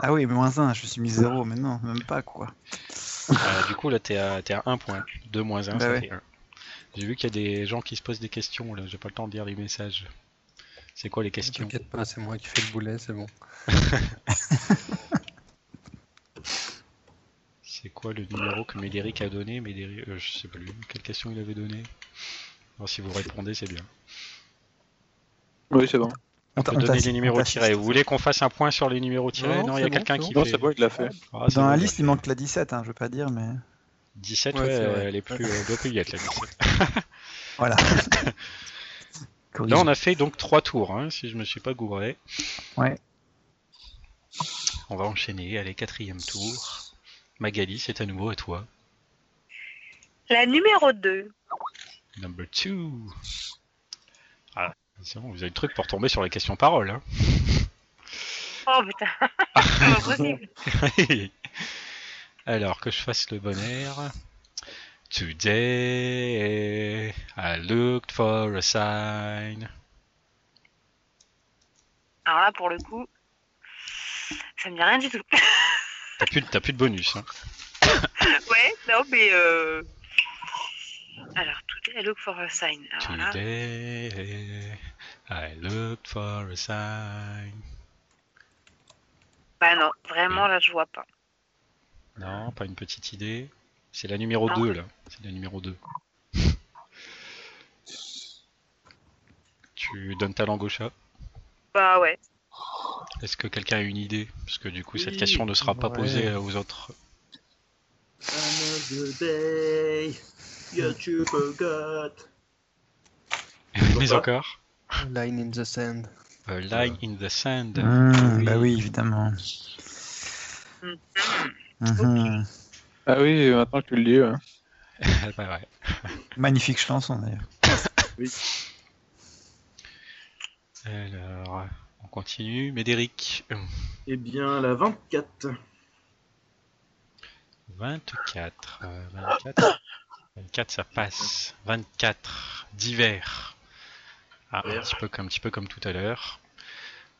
S4: Ah oui, moins 1, je suis mis 0 maintenant, même pas quoi.
S1: Euh, du coup, là, t'es à, t'es à 1 point. 2 moins 1,
S4: Bah
S1: ça
S4: ouais.
S1: fait 1. J'ai vu qu'il y a des gens qui se posent des questions, là. J'ai pas le temps de lire les messages. C'est quoi les questions
S5: T'inquiète pas, c'est moi qui fais le boulet, c'est bon.
S1: C'est quoi le numéro que Médéric a donné Médéric, euh, Je sais plus. Quelle question il avait donné Alors, Si vous répondez, c'est bien.
S6: Oui, c'est bon.
S4: On
S1: On
S4: t'a-
S1: peut
S4: on
S1: donner
S4: t'a-
S1: les numéros
S4: on t'a-
S1: tirés. Vous voulez qu'on fasse un point sur les numéros tirés Non,
S6: Non,
S1: il y a
S6: c'est bon,
S1: quelqu'un qui
S6: Non,
S1: fait.
S6: c'est bon, il l'a fait.
S1: Ah, c'est
S4: Dans la
S1: bon.
S4: liste, il manque la 17, hein, je veux pas dire, mais
S1: 17,
S5: Ouais,
S1: ouais,
S5: c'est vrai.
S1: elle est plus, elle doit plus y être, la 17.
S4: voilà.
S1: Là,
S4: Corrige.
S1: on a fait donc trois tours, hein, si je me suis pas gouré.
S4: Ouais.
S1: On va enchaîner. Allez, quatrième tour. Magali, c'est à nouveau à toi.
S3: La numéro 2.
S1: Number two. Ah, c'est bon, vous avez le truc pour tomber sur les questions paroles. Hein.
S3: Oh putain. C'est pas possible.
S1: Alors que je fasse le bon air. Today, I looked for a sign.
S3: Alors là, pour le coup, ça me dit rien du tout.
S1: T'as plus, de- t'as plus de bonus. Hein.
S3: ouais, non, mais. Euh... Alors, today I look for a sign. Alors là,
S1: Today, I looked for a sign.
S3: bah non, vraiment, là, je vois pas.
S1: Non, pas une petite idée. C'est la numéro
S3: Ah.
S1: 2, là. C'est la numéro 2. tu donnes ta langue au chat.
S3: Bah ouais.
S1: Est-ce que quelqu'un a une idée Parce que du coup, cette
S2: Oui,
S1: question ne sera pas
S5: ouais.
S1: posée euh, aux autres.
S2: Another day, yet you forgot.
S1: Mais
S2: pas.
S1: encore
S5: Line in the sand.
S1: A Line in the Sand.
S4: Mmh, Bah oui, évidemment.
S3: Mhm.
S4: Mhm.
S6: Ah oui, maintenant que tu le dis. ouais.
S1: Ouais, ouais.
S4: Magnifique chanson d'ailleurs.
S1: Alors, on continue. Médéric, euh,
S2: Eh bien, la 24.
S1: 24. euh, 24. 24, ça passe. 24. D'hiver. Ah, un, petit peu, comme- un petit peu comme tout à l'heure.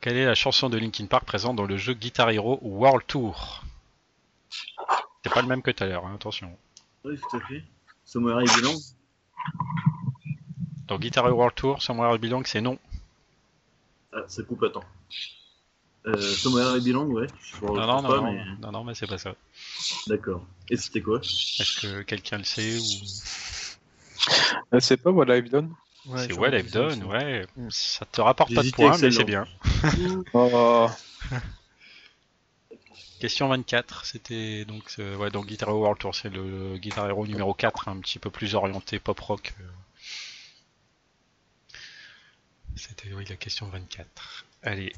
S1: Quelle est la chanson de Linkin Park présente dans le jeu Guitar Hero World Tour C'est pas le même que tout à l'heure, hein, attention.
S2: Oui, tout à fait. Somewhere in Bilan.
S1: Dans Guitar Hero World Tour, Somewhere Bilang, c'est non.
S2: Ah, ça coupe, attends. Euh, Somewhere in Bilan, ouais. Je ne
S1: Non, non, non,
S2: pas,
S1: non,
S2: mais.
S1: non, non, mais c'est pas ça.
S2: D'accord. Et c'était quoi
S1: Est-ce que quelqu'un le sait ou...
S6: Euh, C'est pas What I've Done
S1: C'est Well I've Done, ouais.
S5: Mm.
S1: Ça te rapporte pas de
S2: J'hésitais
S1: points,
S2: avec
S1: mais
S2: celle-là.
S1: c'est bien.
S6: Oh,
S1: Question 24, c'était donc euh, ouais, dans Guitar Hero World Tour, c'est le Guitar Hero numéro 4, un petit peu plus orienté pop rock. euh. C'était oui, la question 24. Allez.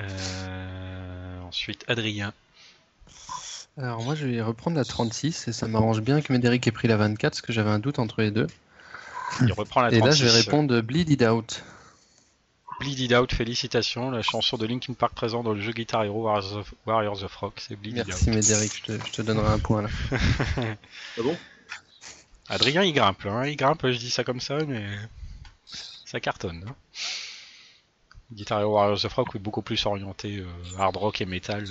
S1: euh, ensuite, Adrien.
S5: Alors moi je vais reprendre la 36 et ça m'arrange bien que Médéric ait pris la 24 parce que j'avais un doute entre les deux.
S1: Il reprend la
S5: Et
S1: 36.
S5: là je vais répondre Bleed It Out.
S1: Bleed It Out, félicitations. La chanson de Linkin Park présente dans le jeu Guitar Hero Warriors of, Warriors of Rock, c'est Bleed It Out.
S5: Merci Médéric, je te, je te donnerai un point là.
S2: Ah bon
S1: Adrien, il grimpe, hein. il grimpe, je dis ça comme ça, mais ça cartonne. hein. Guitar Hero Warriors of Rock est beaucoup plus orienté euh, hard rock et metal.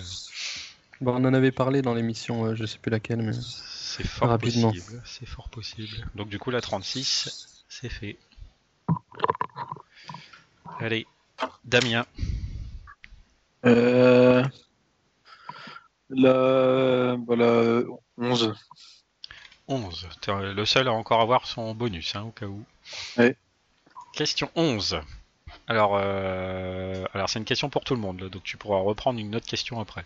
S5: Bon on en avait parlé dans l'émission, euh, je sais plus laquelle mais...
S1: C'est fort
S5: Rapidement.
S1: possible. C'est fort possible. Donc du coup, la 36, c'est fait. Allez, Damien,
S6: Euh... La... Voilà, 11.
S1: 11. T'es le seul à encore avoir son bonus, hein, au cas où.
S6: Ouais.
S1: Question 11. Alors, euh, alors c'est une question pour tout le monde, là, donc tu pourras reprendre une autre question après.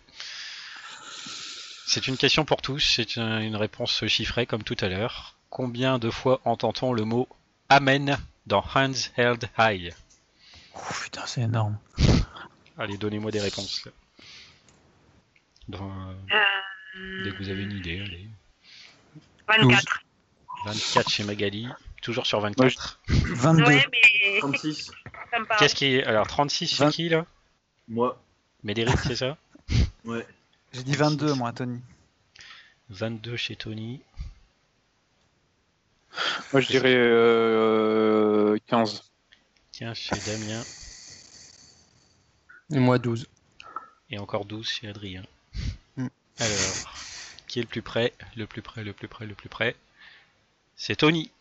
S1: C'est une question pour tous, c'est un- une réponse chiffrée comme tout à l'heure. Combien de fois entend-on le mot Amen dans Hands Held High
S4: Oh, putain, c'est énorme.
S1: Allez, donnez-moi des réponses. là. Dans, euh,
S3: Hum,
S1: dès que vous avez une idée, allez.
S3: 24.
S1: 24 chez Magali, toujours sur
S6: Moi,
S1: 24.
S6: je-
S4: 22.
S3: Ouais, mais
S2: 36.
S3: ça me parle.
S1: Qu'est-ce qui est Alors 36 chez
S4: Vingt-
S1: qui là
S2: Moi.
S1: Médéric, c'est ça
S2: Ouais.
S4: J'ai dit 22, moi, Tony.
S1: 22 chez Tony.
S6: Moi, je dirais euh, 15.
S1: 15 chez Damien.
S5: Et euh, moi 12.
S1: Et encore 12 chez Adrien.
S6: Mm.
S1: Alors, qui est le plus près Le plus près, le plus près, le plus près. C'est Tony.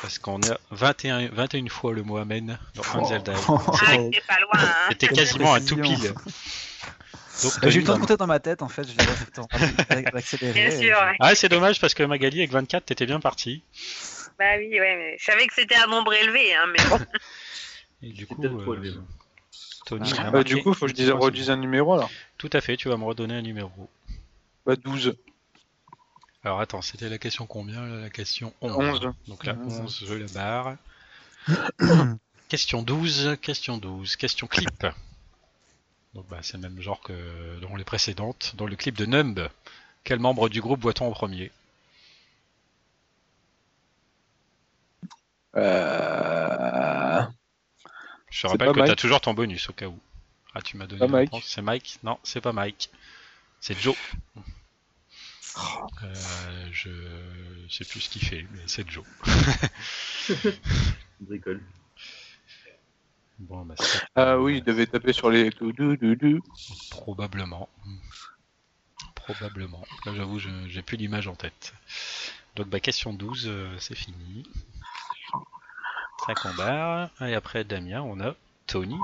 S1: Parce qu'on a 21, 21 fois le mot Amen dans
S6: Oh.
S1: un Zelda.
S3: Ah, c'est pas loin, hein.
S1: C'était
S4: Quelle
S1: quasiment un tout
S4: Oh. précision.
S1: pile. Donc,
S4: Bah, J'ai
S1: Tony,
S4: eu le temps de compter dans ma tête en fait, je l'ai accéléré.
S3: Bien sûr, ouais.
S1: Ah, c'est dommage parce que Magali avec 24, t'étais bien parti.
S3: Bah oui, ouais, mais je savais que c'était un nombre élevé, hein, mais bon.
S1: Et du
S2: C'est
S1: coup,
S2: peut-être trop
S1: euh,
S2: élevé, non
S1: Tony,
S6: Ah,
S1: a
S6: bah,
S1: marqué
S6: du coup, faut que je dise-
S1: 23
S6: redise un numéro alors.
S1: Tout à fait, tu vas me redonner un numéro.
S6: Bah, 12.
S1: Alors attends, c'était la question combien là La question 11.
S6: 11.
S1: Donc la
S4: 11.
S1: 11, je la barre. question 12, question 12, question clip. Donc bah, c'est le même genre que dans les précédentes. Dans le clip de Numb, quel membre du groupe voit-on en premier
S6: Euh...
S1: Je te
S6: C'est
S1: rappelle
S6: pas
S1: que t'as
S6: Mike.
S1: toujours ton bonus au cas où. Ah, tu m'as donné
S6: Pas
S1: la
S6: Mike.
S1: réponse. C'est Mike Non, c'est pas Mike. C'est Joe.
S6: Oh.
S1: Euh, je sais plus ce qu'il fait, mais c'est Joe.
S2: Bricole.
S1: Bon, bah, c'est-
S6: Ah oui, il devait taper sur les. dou- dou- dou- dou.
S1: Probablement. Probablement. Là, j'avoue, je- Euh, j'ai plus l'image en tête. Donc, bah, question 12, euh, c'est fini. Ça combat. Et après Damien, on a Tony.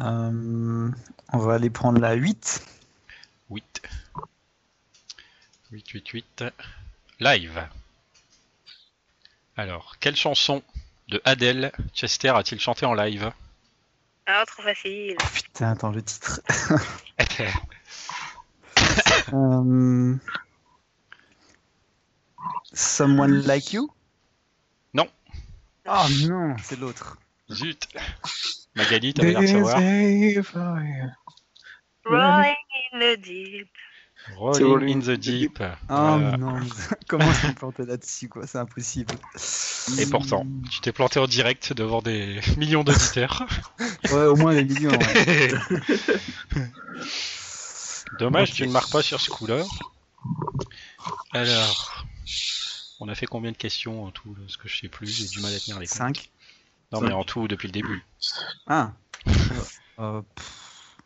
S4: Euh, on va aller prendre la 8.
S1: 8. 8, 8, 8. Live. Alors, quelle chanson de Adele Chester a-t-il chanté en live
S3: Ah, trop facile.
S4: Oh putain, attends le titre. Euh, Someone Like You
S1: Non.
S4: Oh non, c'est l'autre.
S1: Zut Magali, t'avais l'air de savoir.
S3: Rolling in the deep.
S1: Rolling in the Deep.
S4: Oh
S1: Voilà.
S4: non, comment je peux me planter là-dessus quoi, c'est impossible.
S1: Et pourtant, tu t'es planté en direct devant des millions d'auditeurs.
S4: Ouais, au moins des millions. ouais.
S1: Dommage,
S4: Ok.
S1: tu ne marques pas sur ce coup-là. Alors, on a fait combien de questions en tout là, Ce que je sais plus, j'ai du mal à tenir les comptes.
S4: Cinq.
S1: Non, mais en tout, depuis le début.
S4: Ah. Euh, pff,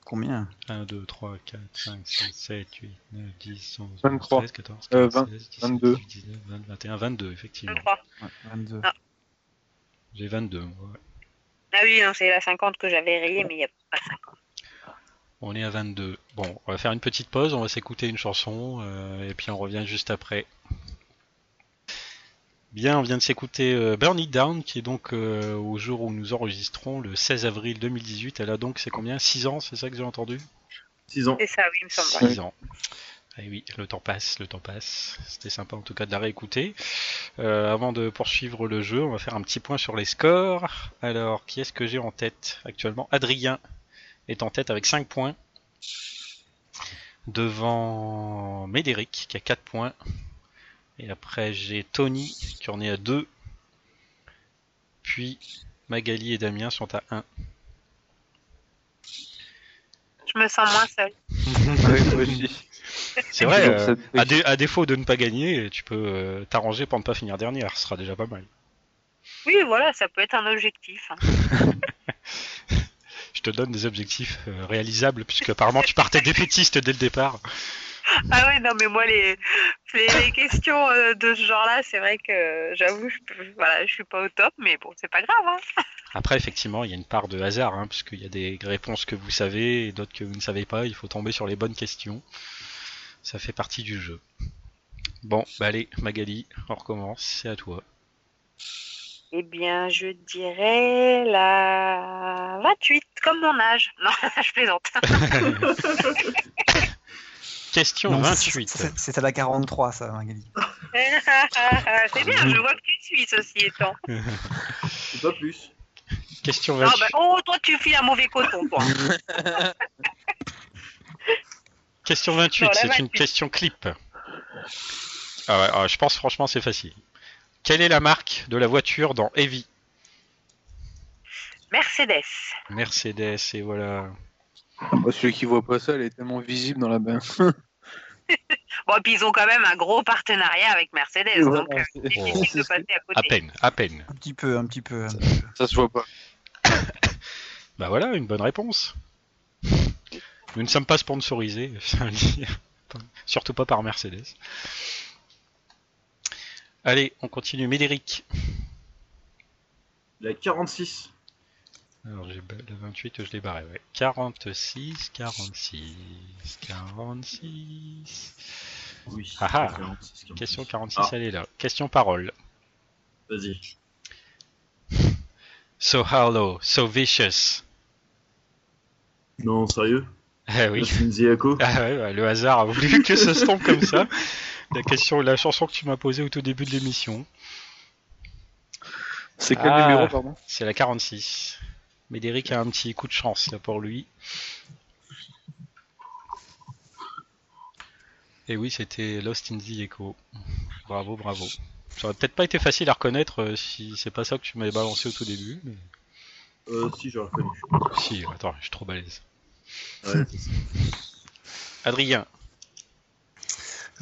S4: combien
S1: 1, 2, 3, 4, 5, 6, 7, 8, 9, 10, 11,
S6: 23,
S1: 13, 14,
S6: euh,
S1: 15,
S6: 20,
S1: 16, 17,
S6: 22.
S1: 18, 19, 20, 21, 22, effectivement.
S3: 23.
S4: Ouais, 22.
S1: Ah, J'ai 22. ouais.
S3: Ah oui, non, c'est la 50 que j'avais rayée, mais il n'y a pas 50.
S1: On est à 22. Bon, on va faire une petite pause, on va s'écouter une chanson, euh, et puis on revient juste après. Bien, on vient de s'écouter euh, Burn It Down, qui est donc euh, au jour où nous enregistrons, le 16 avril 2018. Elle a donc, c'est combien 6 ans, c'est ça que j'ai entendu
S2: 6 ans.
S3: C'est ça, oui, il me semble. ouais.
S1: 6 ans. Ah oui, le temps passe, le temps passe. C'était sympa en tout cas de la réécouter. Euh, avant de poursuivre le jeu, on va faire un petit point sur les scores. Alors, qui est-ce que j'ai en tête actuellement Adrien est en tête avec 5 points. Devant Médéric qui a 4 points. Et après j'ai Tony qui en est à 2. Puis Magali et Damien sont à 1.
S3: Je me sens moins seule.
S6: Ouais, moi aussi.
S1: C'est vrai,
S6: Toujours
S1: euh,
S6: cette-
S1: À, dé- à défaut de ne pas gagner, tu peux euh, t'arranger pour ne pas finir dernière, ce sera déjà pas mal.
S3: Oui, voilà, ça peut être un objectif. hein.
S1: Je te donne des objectifs euh, réalisables, puisque apparemment tu partais défaitiste dès le départ.
S3: Ah oui, non, mais moi, les, les, les questions euh, de ce genre-là, c'est vrai que j'avoue, je peux- voilà, je suis pas au top, mais bon, c'est pas grave. Hein.
S1: Après, effectivement, il y a une part de hasard, hein, puisqu'il y a des réponses que vous savez et d'autres que vous ne savez pas, il faut tomber sur les bonnes questions. Ça fait partie du jeu. Bon, bah allez, Magali, on recommence, c'est à toi.
S3: Eh bien, je dirais la 28, comme mon âge. Non, je plaisante.
S1: Question
S4: Non, c'est-
S1: 28.
S4: c'est- C'était la 43 ça, Magali.
S3: c'est bien, je vois que tu suis, ceci étant.
S2: C'est pas plus.
S1: Question
S3: Non,
S1: 28.
S3: bah, oh, toi, tu files un mauvais coton, toi.
S1: Question 28,
S3: Non, la
S1: c'est une
S3: 28.
S1: question clip. Ah ouais, ah, je pense franchement c'est facile. Quelle est la marque de la voiture dans Heavy
S3: Mercedes.
S1: Mercedes et voilà.
S6: Oh, celui qui voit pas ça, elle est tellement visible dans la bain.
S3: Bon, et puis ils ont quand même un gros partenariat avec Mercedes,
S6: Voilà,
S3: donc euh,
S6: c'est-
S3: c'est difficile de passer à
S1: À
S3: côté.
S1: peine, à peine.
S4: Un petit peu, un petit peu.
S6: Ça se voit pas.
S1: Bah voilà, une bonne réponse. Nous ne sommes pas sponsorisés, c'est un livre. surtout pas par Mercedes. Allez, on continue. Médéric.
S2: La 46.
S1: Alors, j'ai ba- le 28, je l'ai barré, ouais. 46, 46, 46.
S2: Oui.
S1: Ah ah.
S2: la 46, 46.
S1: Question 46,
S2: Ah,
S1: elle est là. Question parole.
S2: Vas-y.
S1: So hollow, so vicious.
S2: Non, sérieux
S1: Ah oui.
S2: Shinzi Ako
S1: Ah ouais, bah, le hasard a voulu que ça se tombe comme ça. La question, la chanson que tu m'as posée au tout début de l'émission,
S6: C'est quel
S1: Ah.
S6: numéro, pardon
S1: c'est la 46. Médéric a un petit coup de chance là pour lui. Et oui, c'était Lost in the Echo. Bravo, bravo. Ça aurait peut-être pas été facile à reconnaître euh, si c'est pas ça que tu m'avais balancé au tout début. mais-
S2: Euh, si, j'aurais reconnu.
S1: Si, attends, je suis trop balèze.
S2: Ouais, c'est ça.
S1: Adrien,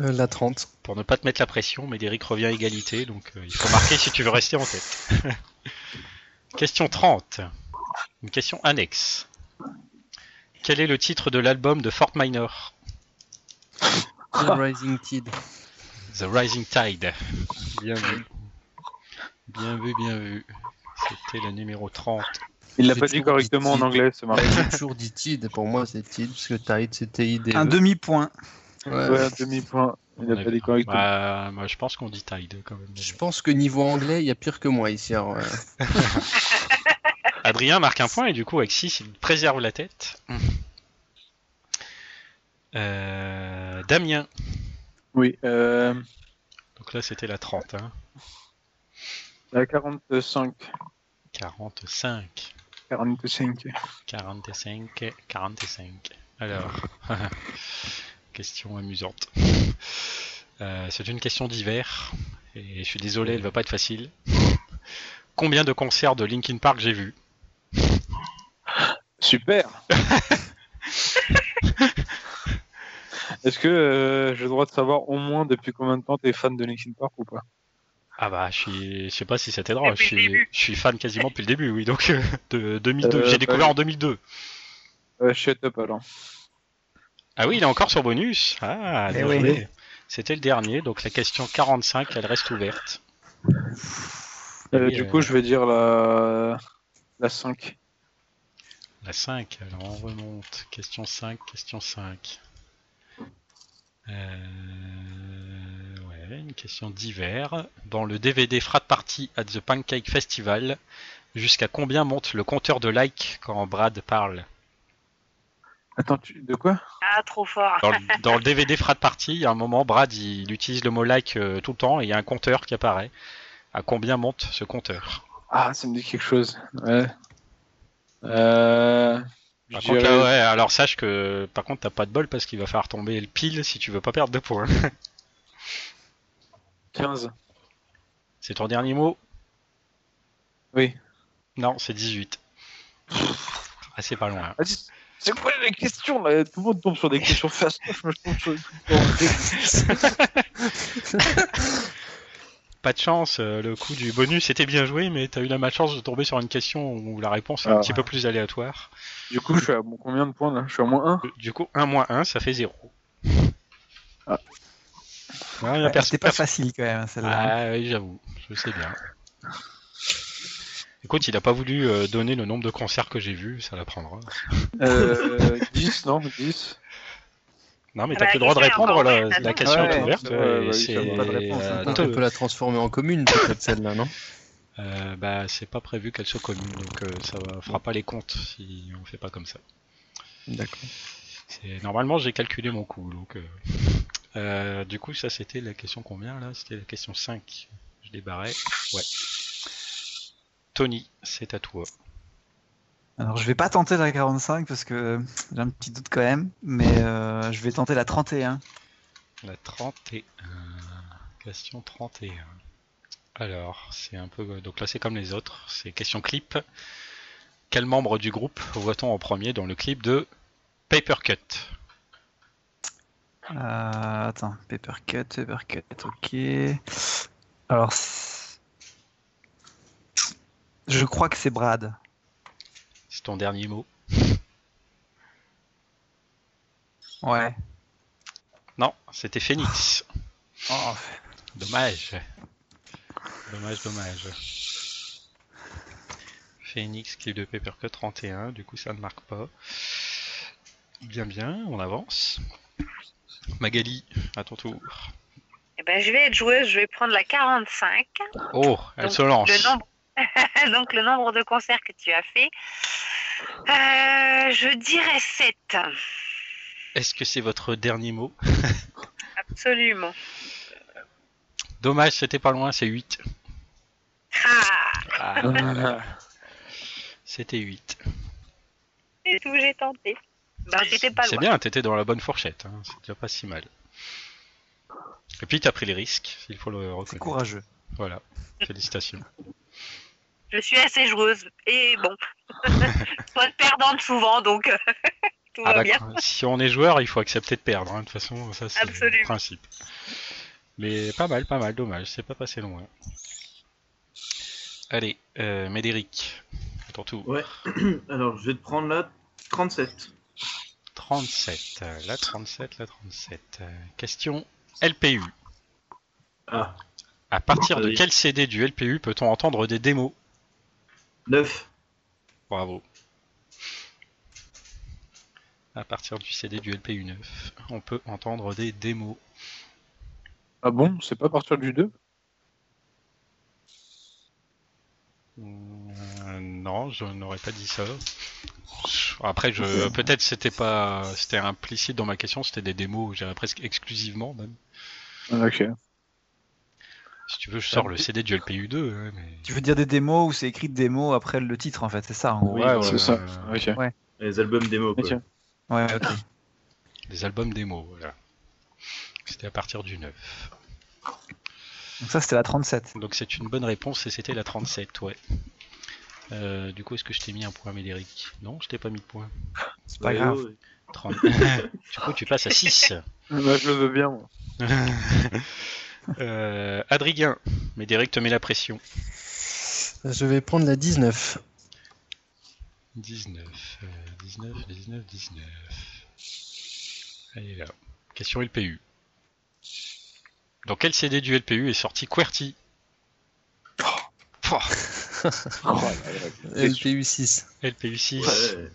S5: Euh, la 30.
S1: pour ne pas te mettre la pression, Médéric revient à égalité, donc euh, il faut marquer si tu veux rester en tête. question 30. Une question annexe. Quel est le titre de l'album de Fort Minor
S5: The Rising Tide.
S1: The Rising Tide. Bien vu. Bien vu, bien vu. C'était la numéro 30.
S6: Il l'a
S5: J'ai
S6: pas dit
S5: toujours
S6: correctement
S5: dit-
S6: en anglais, ce
S5: Bah,
S6: marrant.
S5: J'ai toujours dit Tide, pour moi c'est Tide, parce que Tide c'était E. ID.
S4: Un demi-point.
S6: Ouais, un demi-point. Il l'a pas dit correctement.
S1: Bah, moi, je pense qu'on dit Tide quand même.
S5: Je pense que niveau anglais, il y a pire que moi ici. alors, euh,
S1: Adrien marque un point et du coup avec 6 il préserve la tête. Euh, Damien,
S6: Oui, euh,
S1: donc là c'était la 30, hein.
S6: la 45.
S1: 45,
S6: 45.
S1: 45, 45. Alors, question amusante. Euh, C'est une question d'hiver et je suis désolé, elle va pas être facile. Combien de concerts de Linkin Park j'ai vu
S6: Super Est-ce que euh, j'ai le droit de savoir au moins depuis combien de temps t'es fan de Linkin Park ou pas
S1: Ah bah, je suis, je sais pas si ça t'aidera. Je
S3: Depuis le
S1: suis,
S3: début.
S1: je suis fan quasiment depuis le début, oui. Donc euh, de 2002,
S6: Euh,
S1: j'ai
S6: bah
S1: découvert
S6: oui.
S1: en 2002.
S6: euh, Shut up alors.
S1: Ah oui, il est encore sur bonus. Ah,
S4: Eh
S1: bien
S4: oui.
S1: joué. C'était le dernier, donc la question 45, elle reste ouverte.
S6: Euh,
S1: Oui,
S6: du
S1: euh,
S6: coup, je vais dire la, la 5.
S1: La 5, alors on remonte. Question 5, question 5. Euh, ouais, une question d'hiver. Dans le DVD Frat Party at the Pancake Festival, jusqu'à combien monte le compteur de likes quand Brad parle
S6: Attends, tu- de quoi
S3: Ah, trop fort.
S1: dans le, dans le DVD Frat Party, il y a un moment, Brad il, il utilise le mot like euh, tout le temps et il y a un compteur qui apparaît. À combien monte ce compteur
S6: Ah, ça me dit quelque chose. Ouais. Euh, je
S1: Par contre,
S6: dirais-
S1: là, ouais, alors sache que par contre t'as pas de bol parce qu'il va falloir tomber le pile si tu veux pas perdre de points.
S6: 15.
S1: C'est ton dernier mot
S6: Oui.
S1: Non, c'est 18. Ah, c'est pas loin.
S6: Ah, c'est- C'est quoi les questions là Tout le monde tombe sur des questions fast je me tombe sur des questions-
S1: Pas de chance, euh, le coup du bonus était bien joué, mais t'as eu la malchance de tomber sur une question où la réponse est un
S6: Ah.
S1: petit peu plus aléatoire.
S6: Du coup, je suis à bon, combien de points là Je suis à moins 1
S1: Du coup, 1 moins 1, ça fait 0.
S6: Ah.
S1: Ouais,
S4: Ouais,
S1: perso-
S4: C'était pas
S1: perso-
S4: facile quand même celle-là.
S6: hein.
S1: Ah oui, j'avoue, je sais bien. Écoute, il a pas voulu euh, donner le nombre de concerts que j'ai vus, ça l'apprendra.
S6: euh, 10, non 10
S1: Non, mais
S3: Ah
S1: t'as
S3: bah,
S1: que le droit de
S3: la question est
S1: répondre,
S3: encore
S1: la,
S3: ouverte,
S1: la
S3: attends.
S1: question est
S6: Ouais,
S1: ouverte.
S6: ouais, ouais,
S1: et
S6: ouais,
S1: c'est
S6: ça va, pas de réponse, hein.
S1: euh,
S5: Par contre, on peut la transformer en commune, peut-être celle-là, non
S1: euh, bah, c'est pas prévu qu'elle soit commune, donc euh, ça va- fera pas les comptes si on fait pas comme ça.
S5: D'accord.
S1: C'est- Normalement, j'ai calculé mon coût, donc. euh, euh, du coup, ça, c'était la question combien là C'était la question 5. Je débarrais. Ouais. Tony, c'est à toi.
S4: Alors je vais pas tenter la 45 parce que euh, j'ai un petit doute quand même, mais euh, je vais tenter la 31.
S1: La 31. Question 31. Alors, c'est un peu. Donc là, c'est comme les autres. C'est question clip. Quel membre du groupe voit-on en premier dans le clip de Paper Cut
S4: Euh, attends, paper cut, paper cut, ok. Alors, c'est- je crois que c'est Brad.
S1: C'est ton dernier mot.
S4: Ouais.
S1: Non, c'était Phoenix.
S4: Oh,
S1: Dommage. Dommage, dommage. Phoenix qui est de Papercut 31, du coup ça ne marque pas. Bien, bien, on avance. Magali, à ton tour.
S3: Eh ben, je vais être joueuse, je vais prendre la 45.
S1: Oh, elle
S3: Donc,
S1: se lance.
S3: Le nombre... Donc le nombre de concerts que tu as fait. Euh, je dirais 7.
S1: Est-ce que c'est votre dernier mot
S3: Absolument.
S1: Dommage, c'était pas loin, c'est 8.
S3: Ah,
S6: Euh,
S1: C'était 8.
S3: c'est tout, j'ai tenté. Ben, j'étais pas
S1: C'est
S3: loin.
S1: bien, t'étais dans la bonne fourchette, hein, c'est déjà pas si mal. Et puis t'as pris les risques, il faut le
S4: c'est
S1: reconnaître.
S4: courageux.
S1: Voilà, félicitations.
S3: Je suis assez joueuse. Et bon, soit perdante souvent, donc euh, tout
S1: Ah,
S3: va bien.
S1: d'accord. Si on est joueur, il faut accepter de perdre. hein. De toute façon, ça c'est le
S3: Absolument.
S1: principe. Mais pas mal, pas mal. Dommage, c'est pas passé loin. Allez, euh, Médéric, à ton tour.
S2: Ouais. Alors, je vais te prendre la 37.
S1: 37, euh, la 37, la 37. Euh, Question LPU.
S2: Ah,
S1: À partir de
S2: Vas-y.
S1: quel CD du LPU peut-on entendre des démos
S2: 9.
S1: Bravo. À partir du CD du LPU 9, on peut entendre des démos.
S6: Ah bon C'est pas à partir du 2
S1: Euh, non, je n'aurais pas dit ça. Après, je peut-être c'était pas, c'était implicite dans ma question, c'était des démos, j'irais presque exclusivement même.
S6: Ah, Ok.
S1: Si tu veux, je
S6: Ah
S1: sors le CD du LPU2. hein, mais...
S4: Tu veux dire des démos où c'est écrit démo après le titre en fait, c'est ça en gros.
S2: Oui,
S6: ouais,
S1: euh,
S6: c'est ça. Ok.
S2: Les albums démo, quoi.
S6: Ok.
S4: Ouais, ok.
S1: Des albums démos, voilà. C'était à partir du 9.
S4: Donc ça c'était la 37.
S1: Donc c'est une bonne réponse et c'était la 37, ouais. Euh, du coup, est-ce que je t'ai mis un point, Médéric Non, je t'ai pas mis de point.
S4: C'est pas
S2: Ouais,
S4: grave.
S2: ouais.
S1: 30. du coup, tu passes à 6.
S6: Bah, je le veux bien. Moi.
S1: euh, Adrien, Médéric te met la pression.
S5: Je vais prendre la 19.
S1: 19, euh, 19, 19, 19. Allez là. Question LPU. Dans quel CD du LPU est sorti QWERTY Pouah,
S5: LPU 6.
S1: LPU 6,
S2: Ouais.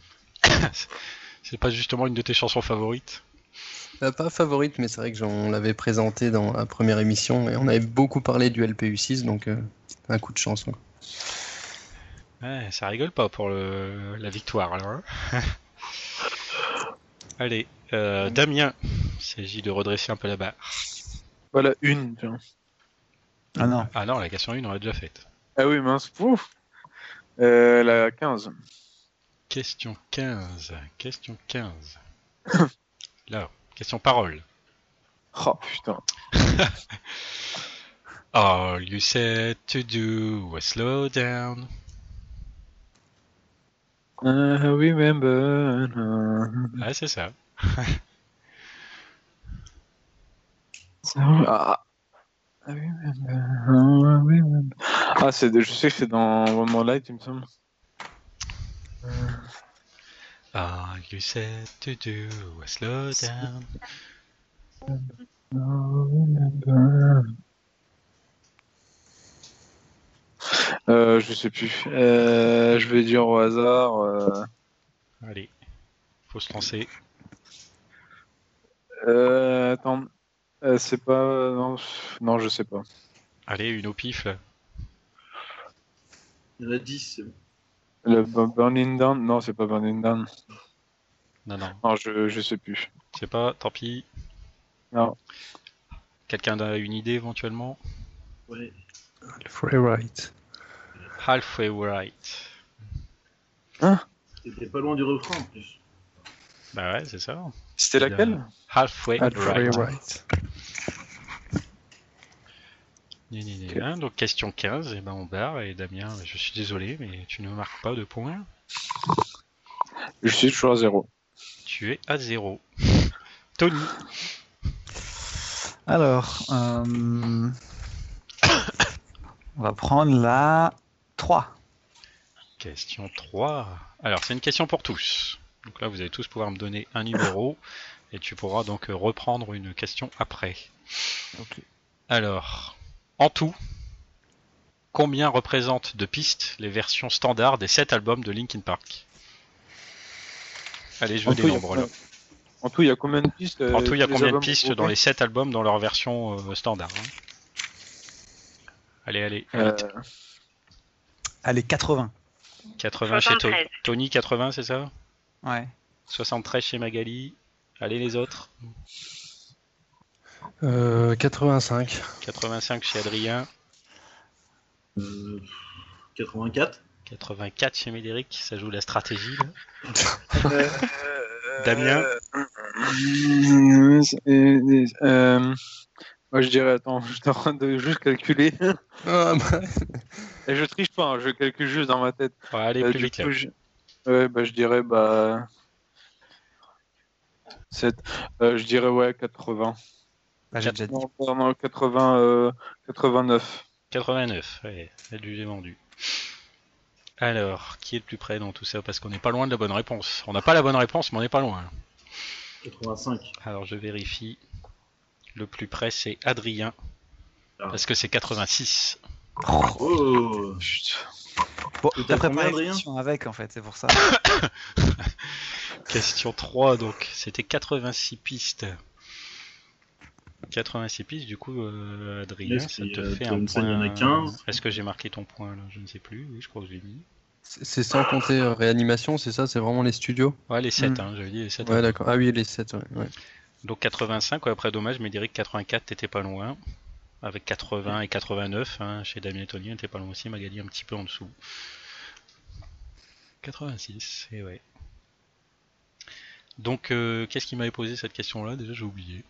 S1: c'est pas justement une de tes chansons favorites
S5: Euh, Pas favorite, mais c'est vrai que j'en l'avais présenté dans la première émission et on avait beaucoup parlé du LPU 6, donc euh, un coup de chance. hein. quoi.
S1: Ouais, ça rigole pas pour le, la victoire là. hein. Allez, euh, Damien, il s'agit de redresser un peu la barre.
S6: Voilà, une. tiens.
S4: Ah non.
S1: Ah non, la question 1 on l'a déjà faite.
S6: Ah oui, mince. Pouf. Euh, la 15.
S1: Question 15, question 15. là, question parole.
S6: Oh putain.
S1: All you said to do was slow down.
S6: I remember.
S1: Ah, c'est ça.
S6: Ah, I remember, I remember. Ah, c'est, je sais que c'est dans One More Light, il me semble.
S1: All you said to do was slow down.
S6: I remember. Euh, je sais plus. Euh, je vais dire au hasard. euh,
S1: Allez, faut se lancer.
S6: euh, attends. Euh, c'est pas. Non, pff, non, je sais pas.
S1: Allez, une au pif. là.
S2: Il y en a 10. c'est bon.
S6: Le Bu- Burning Down Non, c'est pas Burning Down.
S1: Non, non,
S6: Non, je, je sais plus.
S1: c'est pas, tant pis.
S6: Non.
S1: Quelqu'un a une idée éventuellement
S2: Ouais.
S5: Le Freeride.
S1: Halfway right.
S6: Hein?
S2: T'étais pas loin du refrain en plus.
S1: Bah ouais, c'est ça.
S6: C'était
S1: C'est
S6: laquelle
S1: Halfway,
S6: Halfway
S1: right.
S6: right.
S1: Gna, gna, gna, gna. Donc question 15, et ben on barre. Et Damien, je suis désolé, mais tu ne marques pas de points.
S6: Je suis toujours à zéro.
S1: Tu es à zéro. Tony.
S4: Alors, euh, on va prendre la 3.
S1: Question 3. Alors, c'est une question pour tous. Donc là, vous allez tous pouvoir me donner un numéro et tu pourras donc euh, reprendre une question après.
S4: Ok.
S1: Alors, en tout, combien représentent de pistes les versions standard des 7 albums de Linkin Park Allez, je veux
S6: En
S1: des
S6: tout, il y a
S1: nombres là.
S6: combien- En tout, il y a combien de pistes euh,
S1: En tout, il y a
S6: tous les
S1: combien de
S6: albums
S1: pistes dans
S6: regroupés
S1: les 7 albums dans leur version euh, standard hein Allez, allez,
S6: Euh,
S1: vite.
S4: Allez, 80.
S1: 80 chez To-
S3: 73.
S1: Tony, 80, c'est ça
S4: Ouais.
S1: 73 chez Magali. Allez, les autres.
S5: Euh, 85.
S1: 85 chez Adrien.
S2: Euh, 84
S1: 84 chez Médéric. Ça joue la stratégie. là. Damien
S6: Euh, Moi, je dirais, attends, je suis en train de juste calculer.
S5: Ah, bah,
S6: Et je triche pas, hein, je calcule juste dans ma tête.
S1: Ouais, Allez,
S6: Euh,
S1: plus
S6: du
S1: vite là.
S6: coup, je... Ouais, bah, je dirais, bah. 7. euh, je dirais, ouais, 80.
S4: Bah, j'ai déjà dit.
S6: Non, non, 80, euh, 89.
S1: 89. Ouais, elle lui est vendue. Alors, qui est le plus près dans tout ça Parce qu'on n'est pas loin de la bonne réponse. On n'a pas la bonne réponse, mais on n'est pas loin.
S2: 85.
S1: Alors, je vérifie. Le plus près, c'est Adrien.
S2: Ah.
S1: Parce que c'est 86.
S2: Oh
S4: Bon,
S2: Tout à fait
S4: t'as
S2: combien,
S4: préparé
S2: Adrien
S4: l'émission avec, en fait, c'est pour ça.
S1: Question 3, donc c'était 86 pistes. 86 pistes, du coup, euh, Adrien,
S2: Est-ce
S1: ça
S2: qu'il y
S1: te
S2: a-
S1: fait
S2: t'as
S1: un
S2: une scène, il y
S1: point.
S2: en a 15.
S1: Est-ce que j'ai marqué ton point là Je ne sais plus. Oui, je crois que je l'ai mis.
S5: c'est c'est sans compter euh, réanimation, c'est ça C'est vraiment les studios
S1: Ouais, les 7,
S4: Mm.
S1: hein, j'avais dit les 7.
S5: Ouais, d'accord. Ah oui, les 7, ouais. ouais.
S1: Donc 85, ouais, après dommage, mais Derek 84, t'étais pas loin. Avec 80 et 89, hein, chez Damien et Tony, t'étais pas loin aussi, Magali un petit peu en dessous. 86, et eh ouais. Donc, euh, qu'est-ce qui m'avait posé cette question-là Déjà, j'ai oublié.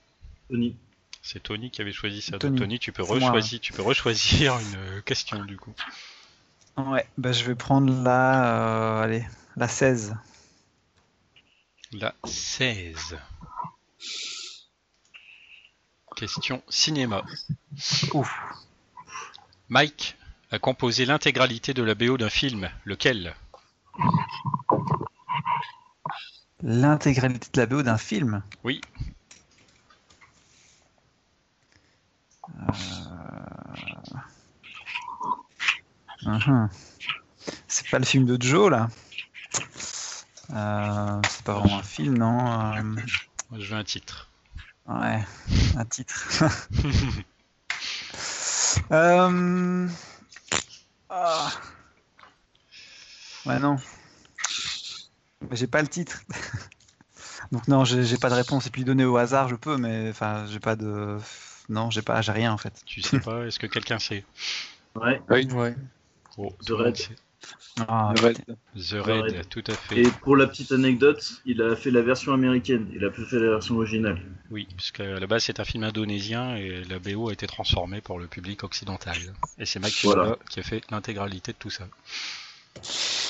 S2: Tony.
S1: C'est Tony qui avait choisi ça. Tony,
S4: Tony.
S1: Tony tu peux
S4: C'est moi,
S1: rechoisir, tu peux rechoisir une euh, question du coup.
S4: Ouais, bah, je vais prendre la, euh, allez, la 16.
S1: La 16. Question cinéma.
S4: Ouf.
S1: Mike a composé l'intégralité de la BO d'un film, lequel
S4: L'intégralité de la BO d'un film
S1: Oui.
S4: Euh. Mhm. C'est pas le film de Joe là Euh, C'est pas vraiment un film, non Euh,
S1: Je veux un titre.
S4: Ouais, un titre. Euh, ah. Ouais, non. Mais J'ai pas le titre. Donc non, j'ai j'ai pas de réponse. Et puis donner au hasard, je peux, mais enfin, j'ai pas de. Non, j'ai pas, j'ai rien en fait.
S1: Tu sais pas, est-ce que quelqu'un sait
S2: Ouais.
S5: Ouais.
S1: oh,
S2: The
S1: tout le monde
S2: Raid.
S1: sait.
S4: Ah,
S6: Ouais.
S1: The Raid,
S2: Raid.
S1: tout à fait.
S2: Et pour la petite anecdote, il a fait la version américaine, il a plus fait la version originale.
S1: Oui, puisque à la base c'est un film indonésien et la BO a été transformée pour le public occidental. Et c'est Mike
S2: Voilà.
S1: Shinoda qui a fait l'intégralité de tout ça.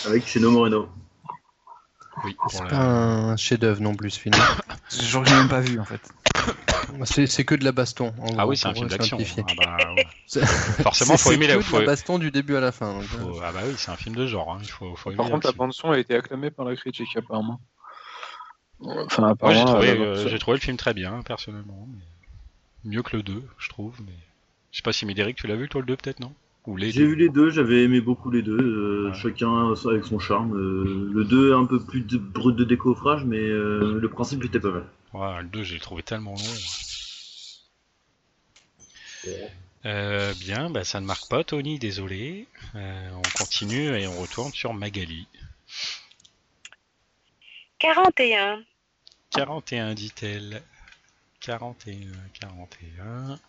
S2: Avec Chino Moreno.
S1: Oui, pour
S5: C'est
S1: la-
S5: pas un chef-d'œuvre non plus, ce film.
S4: c'est genre que j'ai même pas vu en fait.
S5: C'est c'est que de la baston. en
S1: Ah
S5: gros,
S1: oui, c'est un
S5: pour
S1: film d'action.
S5: simplifier.
S1: Ah bah, ouais.
S5: C'est-
S1: Forcément,
S5: C'est-
S1: faut
S5: c'est
S1: aimer la.
S5: que de
S1: Faut...
S5: la baston du début à la fin. donc, euh,
S1: faut- Ah bah oui, c'est un film de genre. hein, Il faut, faut aimer
S6: Par contre, la
S1: l'action.
S6: bande-son a été acclamée par la critique, apparemment. Enfin,
S1: Moi, j'ai
S6: apparemment.
S1: trouvé,
S6: elle a-
S1: euh, j'ai trouvé le film très bien, hein, personnellement. mais Mieux que le 2, je trouve. Mais... Je sais pas si Médéric, tu l'as vu, toi, le 2, peut-être, non Ou les
S2: J'ai
S1: deux.
S2: vu les deux, j'avais aimé beaucoup les deux, euh,
S1: Ouais.
S2: chacun avec son charme. euh, le 2 un peu plus de, brut de décoffrage, mais euh, le principe était pas mal.
S1: Ouais, le 2, j'ai trouvé tellement long. Euh, bien, bah, ça ne marque pas, Tony, désolé. Euh, on continue et on retourne sur Magali.
S3: 41.
S1: 41, dit-elle. 41, 41.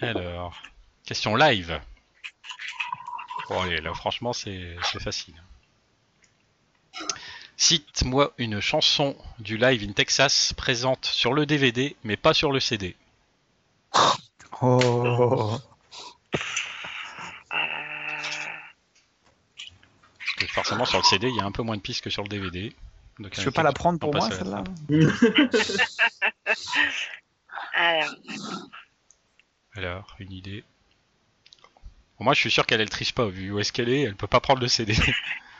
S1: Alors, question live. Bon, allez, là, franchement, c'est c'est facile. Cite-moi une chanson du live in Texas présente sur le DVD, mais pas sur le CD.
S4: Oh.
S3: Euh,
S1: Parce que forcément, sur le CD, il y a un peu moins de pistes que sur le DVD. Donc,
S4: Je
S1: avec
S4: peux pas
S1: les-
S4: la prendre pour
S1: on passe
S4: moi
S1: à la
S4: celle-là
S3: alors,
S1: Alors, une idée. Bon, moi, je suis sûr qu'elle elle triche pas, vu où est-ce qu'elle Ah, est, elle peut pas prendre le CD.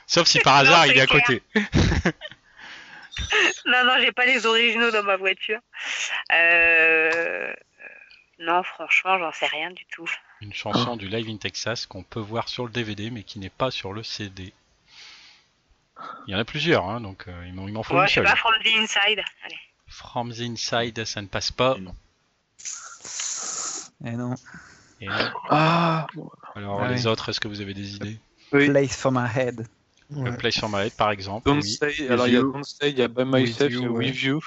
S1: Sauf si par
S3: Non,
S1: hasard
S3: c'est
S1: il est à
S3: clair.
S1: côté.
S3: non, non, j'ai pas les originaux dans ma voiture. Euh, Non, franchement, j'en sais rien du tout.
S1: Une chanson du Live in Texas qu'on peut voir sur le DVD mais qui n'est pas sur le CD. Il y en a plusieurs, hein, donc euh, il m'en il m'en faut
S3: Moi,
S1: une
S3: je sais
S1: seule.
S3: pas, From the Inside. Allez.
S1: From the Inside, ça ne passe pas.
S2: Et non.
S4: Et Eh non.
S1: Et non.
S6: Ah,
S1: Alors
S4: Ah
S1: les
S4: oui.
S1: autres, est-ce que vous avez des idées
S6: Oui.
S4: Place for my head.
S1: Le Play sur ma head, par exemple.
S6: Don't
S1: oui.
S6: Say, alors il y a You. Don't Say, il y a By Myself,
S5: With
S6: il y a
S5: You, ouais.
S6: With You,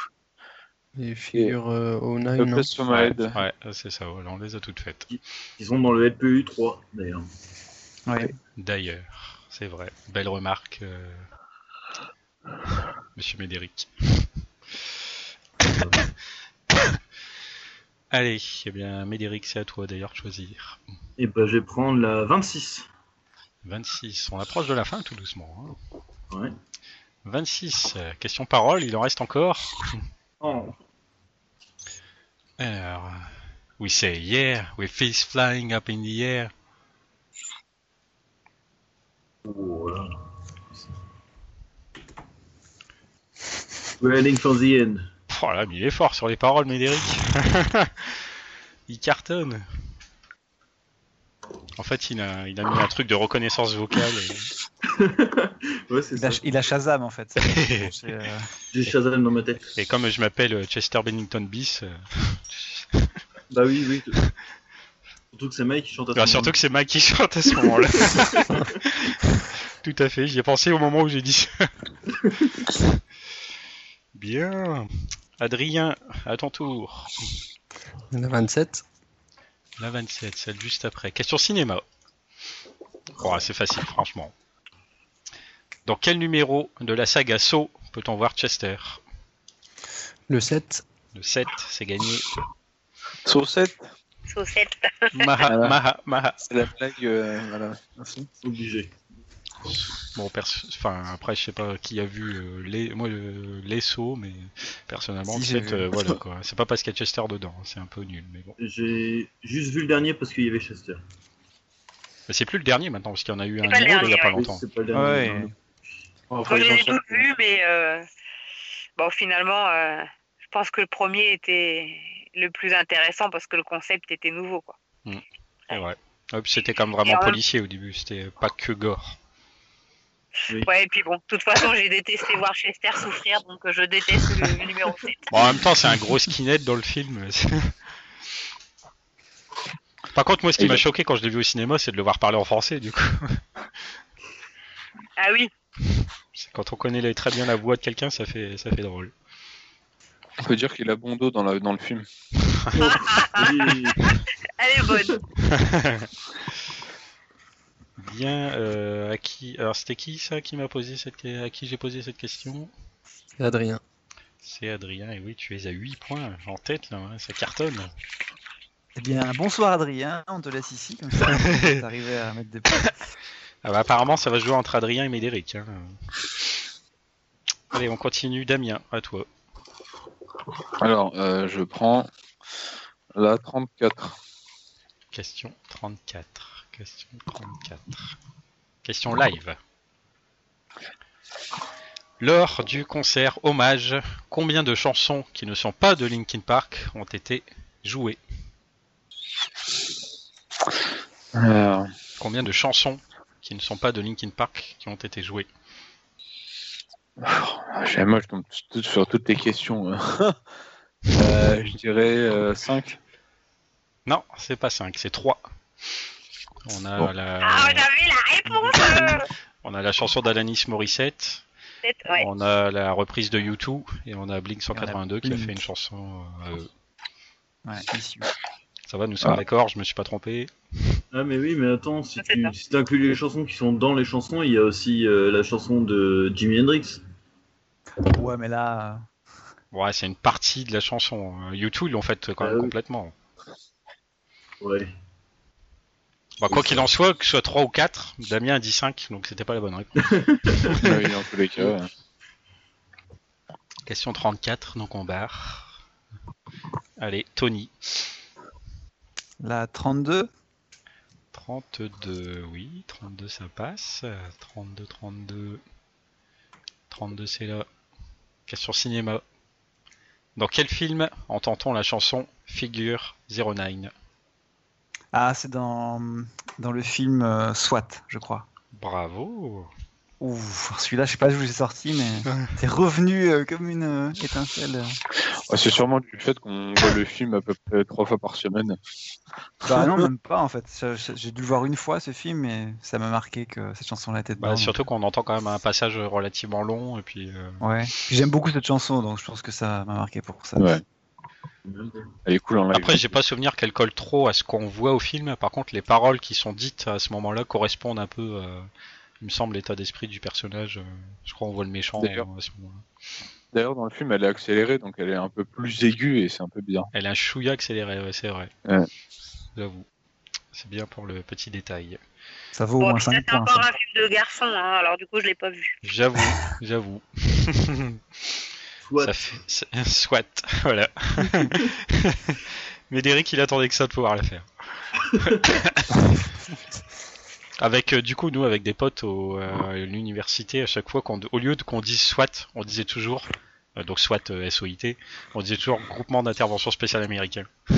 S5: Les figures euh, au
S6: The
S5: 9. non
S6: Place for My
S1: Ouais,
S6: Head.
S1: ouais, c'est ça, voilà, on les a toutes faites.
S2: Ils sont dans le LPU 3, d'ailleurs.
S4: Ouais.
S1: D'ailleurs, c'est vrai. Belle remarque, euh, monsieur Médéric. Allez, eh bien, Médéric, c'est à toi d'ailleurs de choisir.
S2: Et ben, je vais prendre la 26.
S1: 26, on approche de la fin tout doucement. hein.
S2: Ouais.
S1: 26, euh, question parole, il en reste encore.
S2: Oh.
S1: Alors, we say yeah, we face flying up in the air.
S2: Oh là. We're heading for the end.
S1: Oh là, mais il est fort sur les paroles, Médéric. il cartonne. En fait, il a, il a mis un truc de reconnaissance vocale. et-
S2: ouais, c'est
S4: Il, a,
S2: ça.
S4: il a Shazam en fait. C'est, euh,
S2: J'ai Shazam dans ma tête.
S1: Et, comme je m'appelle euh, Chester Bennington Bis, euh,
S2: Bah oui, oui. Surtout que c'est Mike qui chante à
S1: bah,
S2: son
S1: surtout que c'est Mike qui chante à ce moment-là. Tout à fait, j'y ai pensé au moment où j'ai dit ça. Bien. Adrien, à ton tour.
S5: La 27.
S1: La 27, celle juste après. Question cinéma. Oh, c'est facile, franchement. Dans quel numéro de la saga Saw peut-on voir Chester
S5: Le 7.
S1: Le 7, c'est gagné.
S6: Saucette,
S3: Saucette.
S1: Maha,
S6: Voilà.
S1: maha, maha.
S6: c'est la blague, euh, voilà. Merci.
S2: obligé.
S1: Bon, perso- enfin, après, je sais pas qui a vu euh, les, moi, euh, les Saw, mais personnellement,
S4: Si,
S1: le
S4: j'ai
S1: 7,
S4: vu.
S1: euh, voilà quoi. C'est pas parce qu'il y a Chester dedans, hein, c'est un peu nul, mais bon.
S2: J'ai juste vu le dernier parce qu'il y avait Chester.
S1: Mais c'est plus le dernier maintenant, parce qu'il y en a eu un
S3: pas
S1: numéro
S3: le
S1: il y a
S3: dernier,
S1: pas
S3: ouais.
S1: longtemps.
S2: C'est pas le
S4: ouais.
S2: dernier.
S6: Oh,
S3: Moi,
S6: faut
S3: je
S6: les
S3: les ai
S6: enchaîner.
S3: tous vus, mais euh, bon, finalement, euh, je pense que le premier était le plus intéressant parce que le concept était nouveau. Quoi.
S1: C'est vrai. Ouais, puis c'était quand même
S3: Et
S1: vraiment
S3: en même-
S1: policier au début, c'était pas que gore.
S3: Ouais, et puis bon, de toute façon, j'ai détesté voir Chester souffrir, donc euh, je déteste le le numéro 7.
S1: Bon, en même temps, c'est un gros skinhead dans le film. Par contre, moi, ce qui
S6: Et
S1: m'a
S6: le-
S1: choqué quand je l'ai vu au cinéma, c'est de le voir parler en français, du coup.
S3: Ah oui,
S1: C'est Quand on connaît les- très bien la voix de quelqu'un, ça fait, ça fait drôle.
S6: On peut dire qu'il a bon dos dans, la- dans le film.
S2: Oui,
S3: elle est bonne.
S1: Bien, euh, à qui... Alors, c'était qui, ça, qui m'a posé cette... à qui j'ai posé cette question
S5: C'est Adrien.
S1: C'est Adrien, et oui, tu es à 8 points en tête, là, hein, ça cartonne.
S4: Eh bien, bonsoir Adrien, on te laisse ici comme ça. t'es arrivé à mettre des points.
S1: Ah bah, apparemment, ça va se jouer entre Adrien et Médéric. hein. Allez, on continue. Damien, à toi.
S6: Alors, euh, je prends la 34.
S1: Question 34. Question 34. Question live. Lors du concert hommage, combien de chansons qui ne sont pas de Linkin Park ont été jouées
S6: Alors,
S1: Combien de chansons qui ne sont pas de Linkin Park qui ont été jouées
S6: J'aime, moi, je tombe tout- sur toutes tes questions. hein. Euh, je dirais 5.
S1: Non, c'est pas 5, c'est 3. On a,
S6: Bon.
S3: Ah,
S1: la,
S3: on avait la réponse euh,
S1: on a la chanson d'Alanis Morissette,
S3: Sept, ouais.
S1: on a la reprise de U2 et on a Blink 182 qui a
S4: Blink.
S1: fait une chanson. euh,
S4: Ouais, issue.
S1: ça va, nous sommes
S6: Ah.
S1: d'accord, je me suis pas trompé.
S2: Ah mais oui, mais attends, si
S3: Ça, c'est
S2: tu
S3: ça.
S2: si t'inclus les chansons qui sont dans les chansons, il y a aussi euh, la chanson de Jimi Hendrix.
S4: Ouais, mais là. euh,
S1: Ouais, c'est une partie de la chanson. hein. U2, ils l'ont faite quand
S2: Ah
S1: même
S2: oui.
S1: complètement.
S2: Ouais.
S1: Bah, quoi qu'il en soit, que ce soit 3 ou 4, Damien a dit 5, donc c'était pas la bonne réponse.
S6: oui, dans tous les cas. ouais.
S1: Question 34, donc on barre. Allez, Tony.
S4: La 32
S1: 32, oui, 32 ça passe. 32, 32. 32 c'est là. Question cinéma. Dans quel film entend-on la chanson Figure 09
S4: Ah, c'est dans, dans le film euh, SWAT, je crois.
S1: Bravo
S4: Ouh, celui-là, je sais pas d'où j'ai sorti, mais c'est revenu euh, comme une euh, étincelle.
S6: Ouais, Ah, c'est sûrement du fait qu'on voit le film à peu près trois fois par semaine.
S4: Bah non, même pas en fait. Je- je- J'ai dû le voir une fois ce film et ça m'a marqué que cette chanson-là était
S1: Bah,
S4: dedans.
S1: Surtout qu'on entend quand même un passage relativement long et puis... euh,
S4: Ouais. Puis J'aime beaucoup cette chanson, donc je pense que ça m'a marqué pour ça.
S6: Ouais. Elle est cool hein, en live.
S1: Après, j'ai pas souvenir qu'elle colle trop à ce qu'on voit au film. Par contre, les paroles qui sont dites à ce moment-là correspondent un peu, euh, il me semble, l'état d'esprit du personnage. euh, Je crois qu'on voit le méchant
S6: D'ailleurs.
S1: euh, à ce moment-là.
S6: D'ailleurs, dans le film, elle est accélérée, donc elle est un peu plus aiguë et c'est un peu bizarre.
S1: Elle a un chouïa accéléré, ouais, c'est vrai.
S6: Ouais.
S1: J'avoue. C'est bien pour le petit détail.
S4: Ça vaut au
S3: Bon,
S4: moins
S3: puis ça,
S4: 5
S3: c'est
S4: points.
S3: encore
S4: ça.
S3: un film de garçon, hein, alors du coup, je l'ai pas vu.
S1: J'avoue, j'avoue.
S2: Soit
S1: Ça fait- c'est- Soit, voilà. Mais Derek, il attendait que ça de pouvoir le faire. avec, euh, du coup, nous, avec des potes au, euh, à l'université, à chaque fois, qu'on, au lieu de qu'on dise SWAT, on disait toujours, euh, donc SWAT, euh, SOIT, on disait toujours Groupement d'intervention spéciale américain.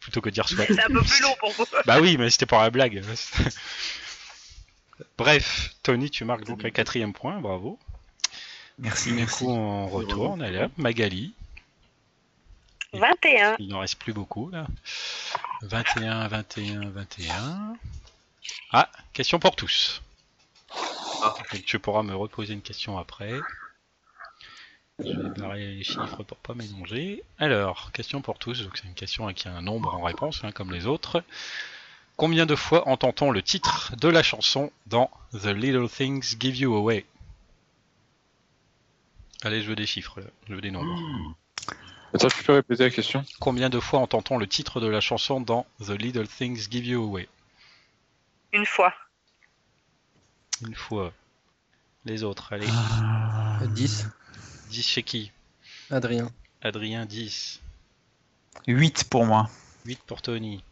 S1: Plutôt que de dire SWAT.
S3: C'est un peu plus long pour vous.
S1: Bah oui, mais c'était pour la blague. Bref, Tony, tu marques donc un quatrième point, bravo.
S4: Merci,
S1: Du
S4: merci.
S1: coup, on retourne à la Magali.
S3: 21.
S1: Il n'en reste plus beaucoup, là. 21, 21, 21. Ah, question pour tous.
S4: Ah.
S1: Donc, tu pourras me reposer une question après. Je vais barrer les chiffres pour pas mélanger. Alors, question pour tous. Donc, c'est une question avec un nombre en réponse, hein, comme les autres. Combien de fois entend-on le titre de la chanson dans The Little Things Give You Away Allez, je veux des chiffres, là. je veux des nombres.
S6: Attends, je peux répéter la question
S1: Combien de fois entend-on le titre de la chanson dans The Little Things Give You Away
S3: Une fois.
S1: Une fois. Les autres, allez.
S4: Ah,
S5: 10,
S1: 10 chez qui
S5: Euh, Adrien.
S1: Adrien, 10.
S4: 8 pour moi.
S1: 8 pour Tony.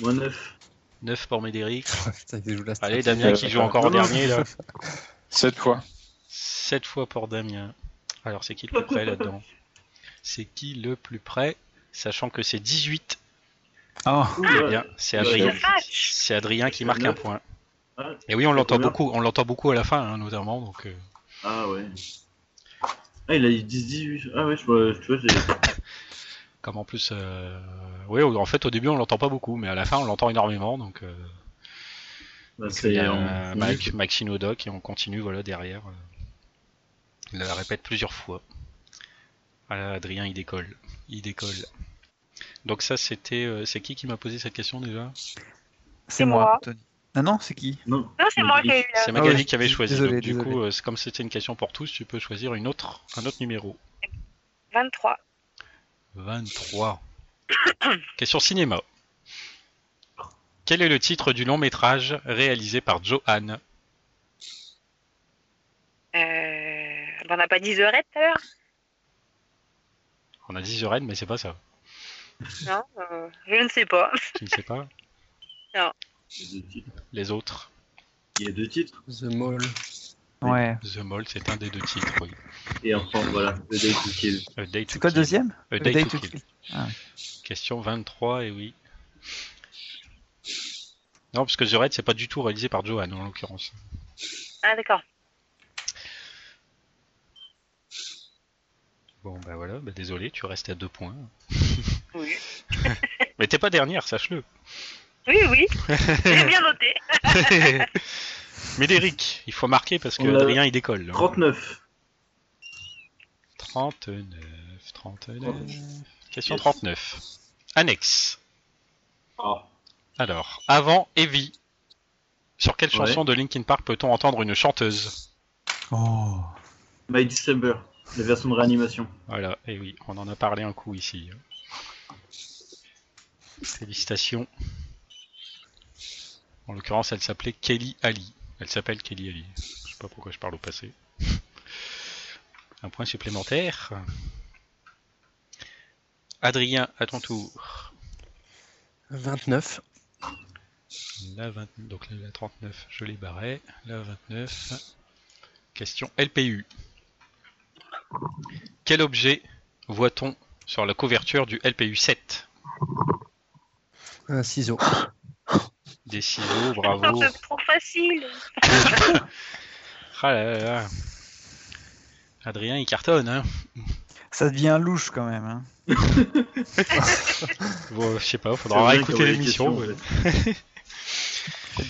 S2: moins 9.
S1: 9 pour Médéric.
S5: Putain, il joue la
S1: Allez,
S5: stratégie.
S1: Damien qui joue encore en dernier, là.
S6: Sept fois.
S1: 7 fois pour Damien. Alors, c'est qui le plus près là-dedans C'est qui le plus près Sachant que c'est 18.
S4: Oh,
S1: Eh bien, c'est Adrien.
S3: La vache
S1: C'est Adrien qui marque un point.
S2: Ouais.
S1: Et oui, on l'entend
S2: combien
S1: beaucoup. On l'entend beaucoup à la fin, hein, notamment. Donc, euh,
S2: Ah ouais. Ah, il a eu 10-18. Ah ouais, je, vois- tu vois, j'ai.
S1: comme en plus, euh, oui, au- en fait, au début, on l'entend pas beaucoup, mais à la fin, on l'entend énormément. Donc, euh,
S2: Bah,
S1: Il y
S2: c'est
S1: a
S2: on-
S1: un
S2: on-
S1: Mac, Maxine Odoc et on continue voilà derrière. Il la répète plusieurs fois. Ah là, Adrien il décolle, il décolle. Donc ça c'était, euh, c'est qui qui m'a posé cette question déjà
S4: c'est
S3: moi.
S4: moi. Tony. Ah non, c'est qui
S2: Non,
S3: Non, c'est moi qui ai eu
S1: C'est
S3: là.
S1: Magali
S4: oui,
S1: qui avait choisi.
S4: désolé,
S1: Donc, du
S4: désolé.
S1: coup, euh, c'est- comme c'était une question pour tous, tu peux choisir une autre, un autre numéro.
S3: 23.
S1: 23. question cinéma. Quel est le titre du long métrage réalisé par Johan
S3: Euh, on n'a pas dit The Red tout à l'heure
S1: On a dit The Raid, mais c'est pas ça.
S3: Non euh, Je ne sais pas.
S1: Tu ne sais pas
S2: il y a deux titres.
S1: Les autres.
S2: Il y a deux titres.
S5: The Mall.
S1: euh,
S4: Ouais.
S1: The Mall, c'est un des deux titres, oui.
S2: Et enfin, voilà, le date to kill.
S1: A Day to
S4: C'est quoi le
S1: Kill.
S4: deuxième
S1: A Euh, Day to Kill. Question 23, et oui. Non, parce que The Raid, c'est pas du tout réalisé par Johan, en l'occurrence.
S3: Ah, d'accord.
S1: Bon, bah voilà, bah désolé, tu restes à deux points.
S3: Oui,
S1: Mais t'es pas dernière, sache-le.
S3: oui. oui. J'ai bien noté.
S1: Mais d'Eric, il faut marquer parce que
S2: On a-
S1: Adrien, il décolle. hein.
S2: 39.
S1: 39, 39. Question 39. Annexe.
S2: Ah.
S1: Alors, avant Evie, sur quelle
S2: Ouais.
S1: chanson de Linkin Park peut-on entendre une chanteuse
S4: Oh.
S2: My December, la version de réanimation.
S1: Voilà, et oui, on en a parlé un coup ici. Félicitations. En l'occurrence, elle s'appelait Kelly Ali. Elle s'appelle Kelly Ali. Je sais pas pourquoi je parle au passé. Un point supplémentaire. Adrien, à ton tour.
S5: 29.
S1: La 20 donc la 39, je les barrais. La 29. Question LPU. Quel objet voit-on sur la couverture du LPU 7
S5: Un ciseau.
S1: Des ciseaux,
S3: Sorte
S1: bravo.
S3: de trop facile.
S1: Ah là là là. Adrien, il cartonne. Hein.
S4: Ça devient louche quand même. hein.
S1: Bon, je sais pas, faudra
S2: Faudra
S1: réécouter l'émission.
S5: En fait,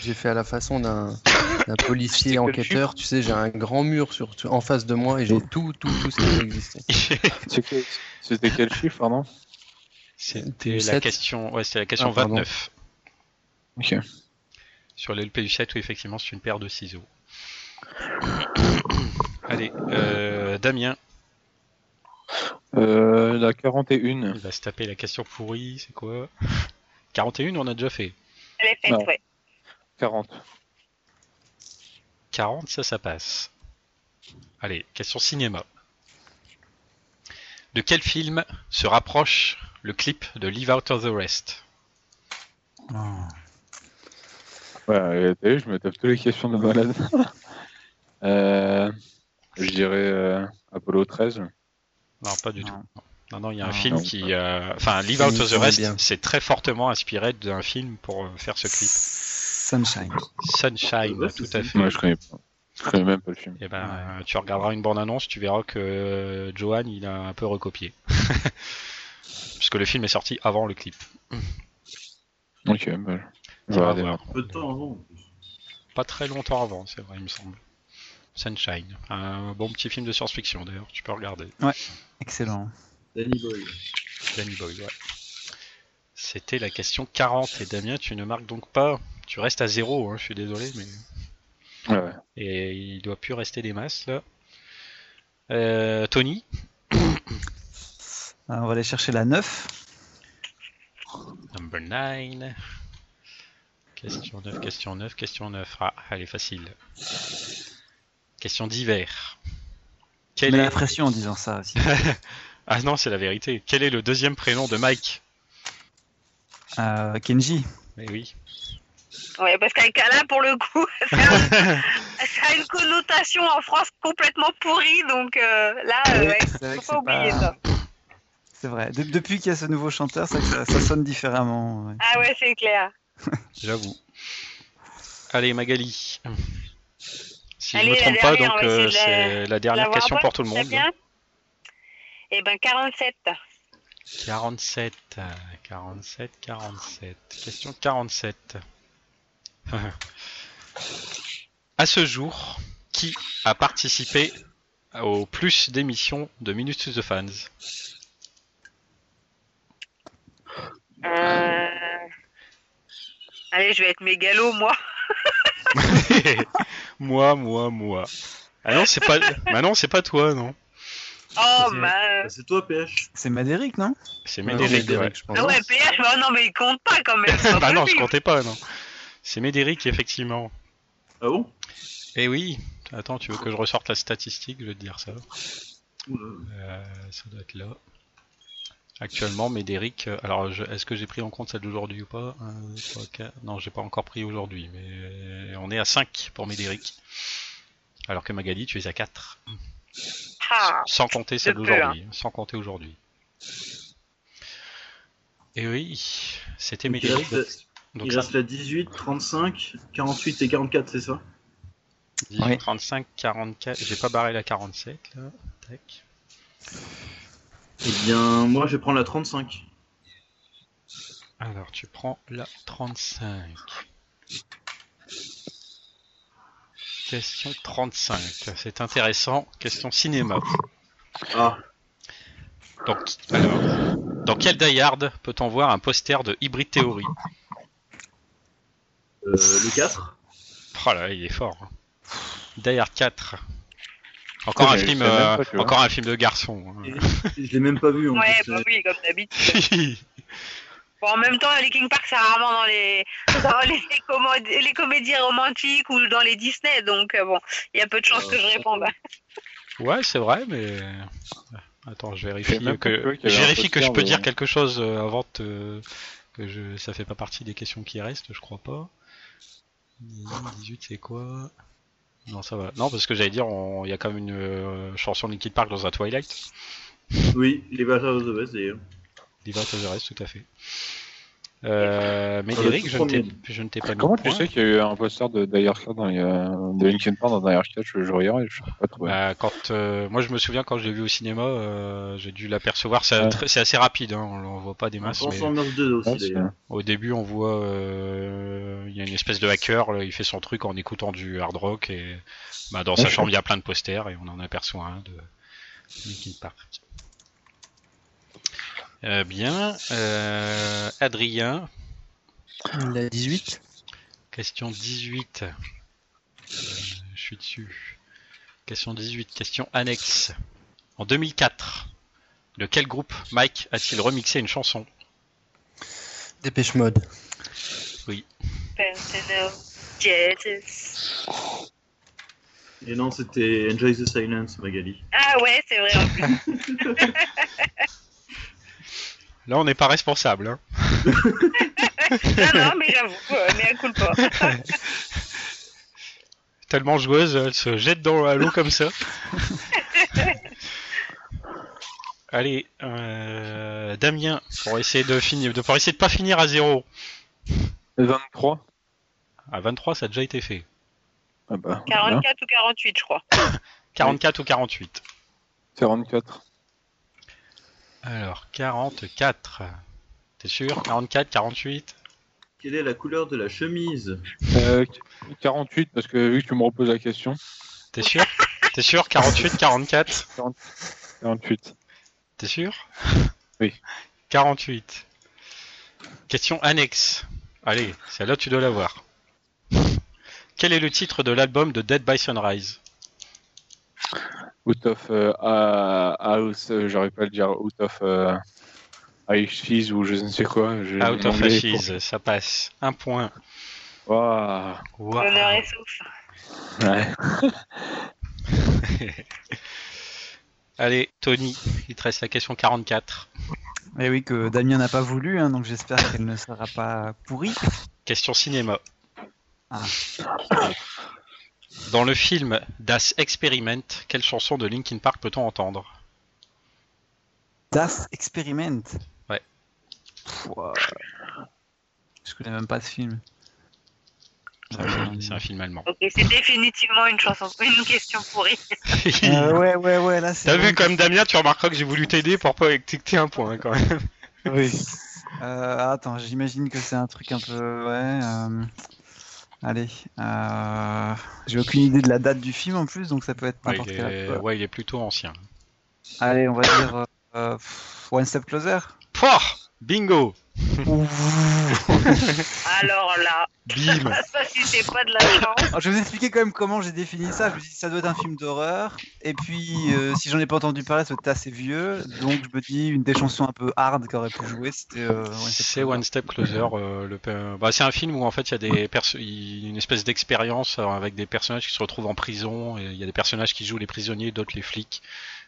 S5: j'ai fait à la façon d'un d'un policier
S6: C'est que le
S5: enquêteur. Tu sais, j'ai un grand mur sur, en face de moi et j'ai tout, tout, tout ce qui existait.
S6: C'était- C'était quel chiffre, pardon
S1: C'était la
S5: LPU7.
S1: question, ouais, c'était la question
S5: Ah, pardon.
S1: 29.
S6: Ok.
S1: Sur le LPU7, oui, effectivement, c'est une paire de ciseaux. Allez, euh, Damien,
S6: Euh, la 41.
S2: Hein.
S1: il va se taper la question pourrie, c'est quoi 41, on a déjà fait.
S3: Elle est faite,
S6: Non.
S3: ouais.
S6: 40.
S1: 40, ça, ça passe. Allez, question cinéma. De quel film se rapproche le clip de Leave Out of the Rest
S6: Ouais, euh, t'as vu, je me tape toutes les questions de malade. euh, je dirais euh, Apollo 13.
S1: Non, pas du
S4: Non.
S1: tout. Non, non, il y a un
S4: Non,
S1: film
S6: non.
S1: qui. euh, Enfin, Leave
S5: Ça
S1: Out of the
S5: m'y
S1: Rest,
S5: bien.
S1: c'est très fortement inspiré d'un film pour euh, faire ce clip.
S4: Sunshine.
S1: Sunshine,
S2: Ouais,
S1: tout
S2: c'est
S1: à
S2: ça.
S1: fait.
S6: Moi, je connais pas. Je connais même pas le film.
S1: Et ben, tu regarderas une bande-annonce, tu verras que euh, Johan, il a un peu recopié. Puisque le film est sorti avant le clip.
S6: Ok, bah, je
S1: Ça
S6: vais
S1: va
S6: regarder
S1: voir.
S6: maintenant.
S2: Peu de temps avant. en plus.
S1: Pas très longtemps avant, c'est vrai, il me semble. Sunshine, un bon petit film de science-fiction d'ailleurs, tu peux regarder.
S4: Excellent.
S2: Danny Boy.
S1: Danny Boyle, ouais. C'était la question 40. Et Damien, tu ne marques donc pas. Tu restes à zéro, hein, je suis désolé, mais.
S6: Ouais, ouais.
S1: Et il doit plus rester des masses là. Euh, Tony,
S4: Alors, Euh, on va aller chercher la 9.
S1: number 9. Question 9, question 9, question 9. Ah, elle est facile. Question d'hiver.
S4: J'ai
S1: Quel est...
S4: l'impression en disant ça aussi.
S1: Ah non, c'est la vérité. Quel est le deuxième prénom de Mike
S4: Euh, Kenji.
S1: Mais oui.
S3: Ouais, parce qu'avec Alain, pour le coup, ça a- ça a une connotation en France complètement pourrie. Donc euh, là, euh, ouais,
S4: C'est vrai
S3: faut
S4: que
S3: pas
S4: c'est
S3: oublier
S4: pas-
S3: ça.
S4: C'est vrai. De- depuis qu'il y a ce nouveau chanteur, c'est vrai que ça, ça sonne différemment. ouais.
S3: Ah ouais, c'est clair.
S1: J'avoue. Allez, Magali. Si je
S3: Allez,
S1: me
S3: la
S1: trompe pas,
S3: dernière,
S1: donc
S3: on va
S1: euh,
S3: essayer de la-
S1: c'est la dernière
S3: L'avoir
S1: question
S3: bonne,
S1: pour tout le
S3: très
S1: monde.
S3: bien. Eh ben 47.
S1: 47, euh, 47, 47. Question 47. à ce jour, qui a participé au plus d'émissions de Minutes to the Fans
S3: Euh, Allez, je vais être mégalo, moi.
S1: Moi, moi, moi. Ah non, c'est pas. Bah non, c'est pas toi, non.
S3: Oh,
S4: C'est-
S3: bah...
S2: Ah, C'est toi, PH.
S4: C'est Madéric, non
S1: C'est
S5: Ouais,
S1: Ah Médéric.
S5: Médéric,
S1: ouais.
S5: je pense.
S3: Ah ouais, PH, bah non, mais il compte pas quand même. c'est pas
S1: bah non, je
S3: possible.
S1: comptais pas, non. C'est Médéric, effectivement.
S2: Ah bon
S1: Eh oui. Attends, tu veux que je ressorte la statistique Je vais te dire ça.
S2: Oula.
S1: Euh, ça doit être là. Actuellement, Médéric. euh, Alors, je- est-ce que j'ai pris en compte celle d'aujourd'hui ou pas Un, deux, trois, quatre. Non, j'ai pas encore pris aujourd'hui, mais euh, on est à 5 pour Médéric. Alors que Magali, tu es à 4.
S3: Ah.
S1: sans compter celle
S3: peu,
S1: d'aujourd'hui. hein, Sans compter aujourd'hui. Et oui, c'était
S2: Il
S1: Médéric.
S2: reste,
S1: Donc,
S2: il
S1: ça,
S2: reste la 18, 35, 48 et 44, c'est ça
S1: 10,
S4: Oui.
S1: 35, 44. J'ai pas barré la 47 là. Tac.
S2: Eh bien, moi, je vais prendre la 35.
S1: Alors, tu prends la 35. Question 35. C'est intéressant. Question cinéma.
S2: Ah,
S1: Donc, alors, dans quel Die Hard peut-on voir un poster de Hybrid Theory
S2: euh, le 4
S1: Oh là, là, il est fort. hein. Die Hard 4. Encore un
S6: Ouais,
S1: film,
S6: je savais même
S1: euh,
S6: pas, tu vois.
S1: encore un film de garçon. hein.
S2: Je l'ai même pas vu, en
S3: Ouais,
S2: plus.
S3: bah oui, comme d'habitude.
S1: oui,
S3: Bon, en même temps, Linkin Park, c'est rarement dans les, dans les, comod- les comédies romantiques ou dans les Disney. Donc, euh, bon, il y a peu de chances que
S1: Euh,
S3: je réponde.
S1: ouais, c'est vrai, mais attends, je vérifie
S6: même pas, tu vois,
S1: que
S6: qu'il y
S1: je
S6: avait un
S1: vérifie que je
S6: poster
S1: peux
S6: de-
S1: dire quelque chose euh, avant de te- que je ça fait pas partie des questions qui restent, je crois pas. 18, c'est quoi Non, ça va. Non, parce que j'allais dire, on- il y a quand même une euh, chanson de Linkin Park dans un Twilight.
S2: euh, Oui, les Vampires of the West, d'ailleurs.
S1: Diva to the Rest, tout à fait. Euh, mais
S2: Dans le
S1: Eric,
S2: tout
S1: je ne t'ai-
S2: premier.
S1: je ne t'ai pas mis
S6: Ah, Comment
S1: de
S6: tu
S1: point.
S6: sais qu'il y a eu un poster de Die Hard Cut dans les, euh, de Linkin Park dans Die Hard Cut Je, je regarde et je sais pas trop.
S1: Bah, quand, euh, moi, je me souviens quand je l'ai vu au cinéma, euh, j'ai dû l'apercevoir. C'est
S6: Ouais.
S1: tr- c'est assez rapide, hein, on ne voit pas des
S2: En
S1: masses. mais-
S2: Transformers 2 aussi,
S6: Ouais, c'est-
S2: d'ailleurs.
S1: Au début, on voit, euh, il y a une espèce de hacker, là, il fait son truc en écoutant du hard rock et bah, dans sa
S6: Ouais.
S1: chambre, il y a plein de posters et on en aperçoit un de Linkin Park. Euh, bien, euh, Adrien,
S5: La 18
S1: question 18. Euh, je suis dessus. Question 18, question annexe. En 2004, de quel groupe Mike a-t-il remixé une chanson
S5: Dépêche mode.
S3: Personal Jesus.
S2: Et non, c'était Enjoy the Silence, Magali.
S3: Ah ouais, c'est vrai. en plus.
S1: Là, on n'est pas responsable. hein.
S3: Non, non, mais j'avoue, euh, mais un coup de poing.
S1: tellement joueuse, elle se jette dans l'eau comme ça. Allez, euh, Damien, pour essayer de finir, de, pour essayer de pas finir à 0.
S6: 23
S1: À 23, ça a déjà été fait.
S6: Ah bah, voilà.
S3: 44 ou 48, je crois.
S1: 44 ou 48
S6: hein, 44.
S1: Alors, 44. T'es sûr 44, 48
S2: Quelle est la couleur de la chemise
S6: Euh, 48, parce que vu que tu me reposes la question,
S1: T'es sûr T'es sûr 48, 44
S6: 48.
S1: T'es sûr
S6: Oui.
S1: 48. Question annexe. Allez, celle-là, tu dois l'avoir. Quel est le titre de l'album de Dead by Sunrise
S6: Out of euh, ah, House, euh, j'arrive pas à le dire, out of euh, Ashes ou je ne sais quoi. je-
S1: Out of
S6: mon anglais est
S1: Ashes, ça passe. Un point.
S6: pour- Ouah.
S1: Waouh.
S3: L'honneur est sauf.
S6: Ouais.
S1: Allez, Tony, il te reste la question 44.
S4: Et Eh oui, que Damien n'a pas voulu, hein, donc j'espère qu'elle ne sera pas pourrie.
S1: Question cinéma.
S4: Ah.
S1: Dans le film Das Experiment, quelle chanson de Linkin Park peut-on entendre
S4: Das Experiment.
S1: Ouais.
S4: Pff, ouah. Je connais même pas ce film.
S1: Ah,
S4: Euh,
S1: C'est un film- c'est un film allemand.
S3: Ok, c'est définitivement une chanson, une question pourrie.
S4: Euh, ouais, ouais, ouais, là c'est.
S1: T'as vu
S4: vraiment-
S1: comme Damien, tu remarqueras que j'ai voulu t'aider pour pas étiqueter un point quand même.
S4: Euh, attends, j'imagine que c'est un truc un peu. Ouais. euh, Allez. euh, J'ai aucune idée de la date du film en plus, donc ça peut être
S1: Ouais,
S4: n'importe
S1: il,
S4: quelle.
S1: est...
S4: euh,
S1: ouais, il est plutôt ancien.
S4: Allez, on va dire. euh, euh, pff, One Step Closer.
S1: Pouah Bingo
S4: Ouh.
S3: Alors là,
S1: Bim
S3: ça, si c'est pas de la chance.
S4: Alors, Ah, je vais vous expliquer quand même comment j'ai défini ça. Je me dis ça doit être un film d'horreur. Et puis, euh, si j'en ai pas entendu parler, ça doit être assez vieux. Donc, je me dis une des chansons un peu hard qui aurait pu jouer, c'était. euh, One Step
S1: C'est
S4: Closer.
S1: One Step Closer. euh, le pe- bah, c'est un film où en fait il y a des perso- il- une espèce d'expérience euh, avec des personnages qui se retrouvent en prison. et Il y a des personnages qui jouent les prisonniers, d'autres les flics.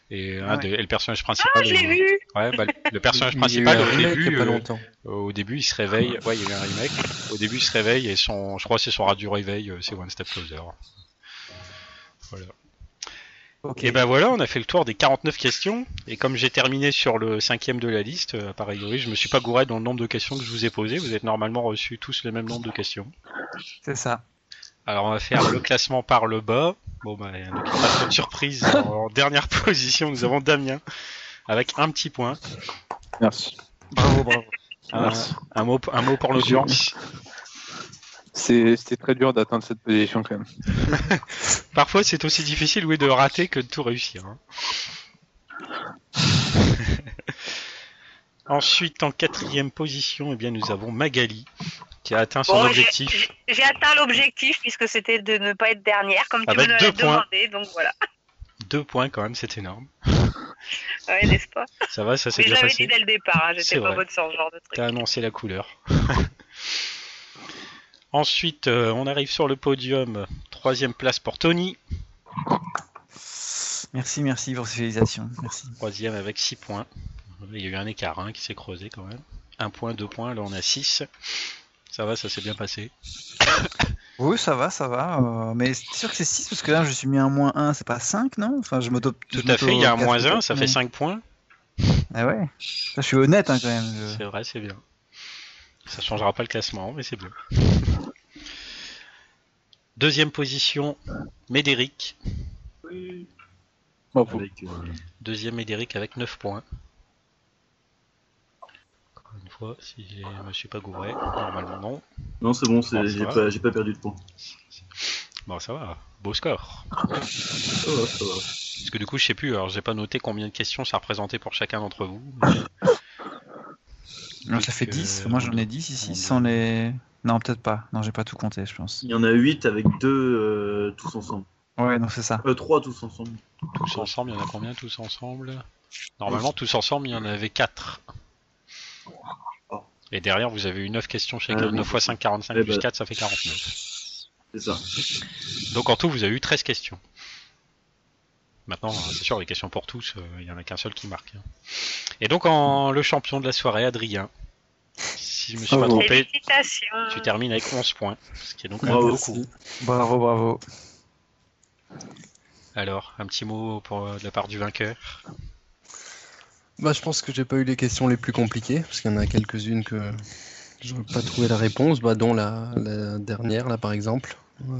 S1: Et, un
S4: ouais.
S1: des- et le personnage principal.
S3: Ah, je l'ai
S1: euh,
S3: vu.
S1: ouais, bah, le- le personnage
S5: Il y a eu un
S1: principal au
S5: remake il y
S1: début,
S5: a
S1: euh,
S5: pas longtemps.
S1: au début il se réveille. Ouais, il y a eu un remake. Au début il se réveille et son, je crois que c'est son radio réveil, euh, c'est One Step Closer.
S4: Ok. bah,
S1: Et ben voilà, on a fait le tour des 49 questions. Et comme j'ai terminé sur le cinquième de la liste, euh, a priori, je me suis pas gouré dans le nombre de questions que je vous ai posées. Vous êtes normalement reçus tous le même nombre de questions.
S4: C'est ça.
S1: Alors on va faire le classement par le bas. Bon bah il y en a qui sont pas trop de surprise. En en dernière position nous avons Damien avec un petit point.
S6: Merci.
S4: Bravo, bravo.
S1: Un,
S6: Merci.
S1: un mot un mot pour l'audience.
S6: C'est- C'était très dur d'atteindre cette position quand même.
S1: Parfois c'est aussi difficile oui, de rater que de tout réussir. hein. Ensuite en quatrième position eh bien nous avons Magali qui a atteint son
S3: Bon, j'ai-
S1: objectif.
S3: J'ai atteint l'objectif puisque c'était de ne pas être dernière, comme tu
S1: Avec
S3: me l'avais
S1: Ah bah, deux points.
S3: demandé. Donc voilà,
S1: Deux points quand même c'est énorme.
S3: ouais, n'est-ce pas
S1: Ça va ça s'est
S3: Mais je
S1: bien
S3: l'avais
S1: passé.
S3: dit dès le départ, hein,
S1: C'est
S3: j'étais pas
S1: vrai.
S3: bonne sur ce genre de truc.
S1: T'as annoncé la couleur. Ensuite, euh, on arrive sur le podium. Troisième place pour Tony.
S4: Merci, merci pour ces félicitations. Merci.
S1: Troisième avec 6 points. Il y a eu un écart hein, qui s'est creusé quand même. Un point, deux points, là on a 6. Ça va, ça s'est bien passé.
S4: Oui, ça va, ça va. euh, mais c'est sûr que c'est 6 parce que là, je suis mis un moins 1, c'est pas 5, non Enfin, je m'auto.
S1: Tout
S4: je
S1: à fait, il y a un
S4: m'auto-
S1: moins 1, ça fait 5 points.
S4: Ah ouais. Ça, je suis honnête hein, quand même. je-
S1: C'est vrai, c'est bien. Ça changera pas le classement, mais c'est bien. Deuxième position, Médéric.
S6: Bon, faut-
S2: Avec, euh,
S1: Deuxième Médéric avec 9 points. Encore une fois, si je me suis pas gouré, normalement non.
S2: Non, c'est bon,
S1: Ah,
S2: c'est-
S1: c'est
S2: j'ai
S1: vrai.
S2: pas, j'ai pas perdu de points.
S1: Bon, ça va, beau score.
S2: Ça va, ça va.
S1: Parce que du coup, je sais plus, alors j'ai pas noté combien de questions ça représentait pour chacun d'entre vous.
S4: Non, ça fait
S1: Donc,
S4: 10.
S1: euh,
S4: Moi, j'en ai 10 ici,
S1: on
S4: sans les. Non, peut-être pas. Non, j'ai pas tout compté, je pense.
S2: Il y en a 8 avec 2 tous ensemble.
S4: Ouais, donc c'est ça.
S2: Euh, 3 tous ensemble.
S1: Tous ensemble, il y en a combien tous ensemble Normalement, tous ensemble, il y en avait 4. Et derrière, vous avez eu 9 questions chacun.
S2: Ah oui.
S1: 9 x 5, 45,
S2: Eh
S1: plus
S2: ben.
S1: 4, ça fait 49.
S2: C'est ça.
S1: Donc en tout, vous avez eu 13 questions. Maintenant, euh, c'est sûr, les questions pour tous, euh, il y en a qu'un seul qui marque. hein. Et donc, en le champion de la soirée, Adrien. Si je me suis pas
S2: Ah,
S5: Bravo.
S1: trompé,
S3: Félicitations.
S1: tu termines avec 11 points. Ce qui est donc
S2: Bravo.
S1: beaucoup.
S4: Bravo, bravo.
S1: Alors, un petit mot pour, euh, de la part du vainqueur.
S5: Bah, je pense que j'ai pas eu les questions les plus compliquées, parce qu'il y en a quelques-unes que j'aurais pas trouvé la réponse, bah, dont la, la dernière, là, par exemple. Euh,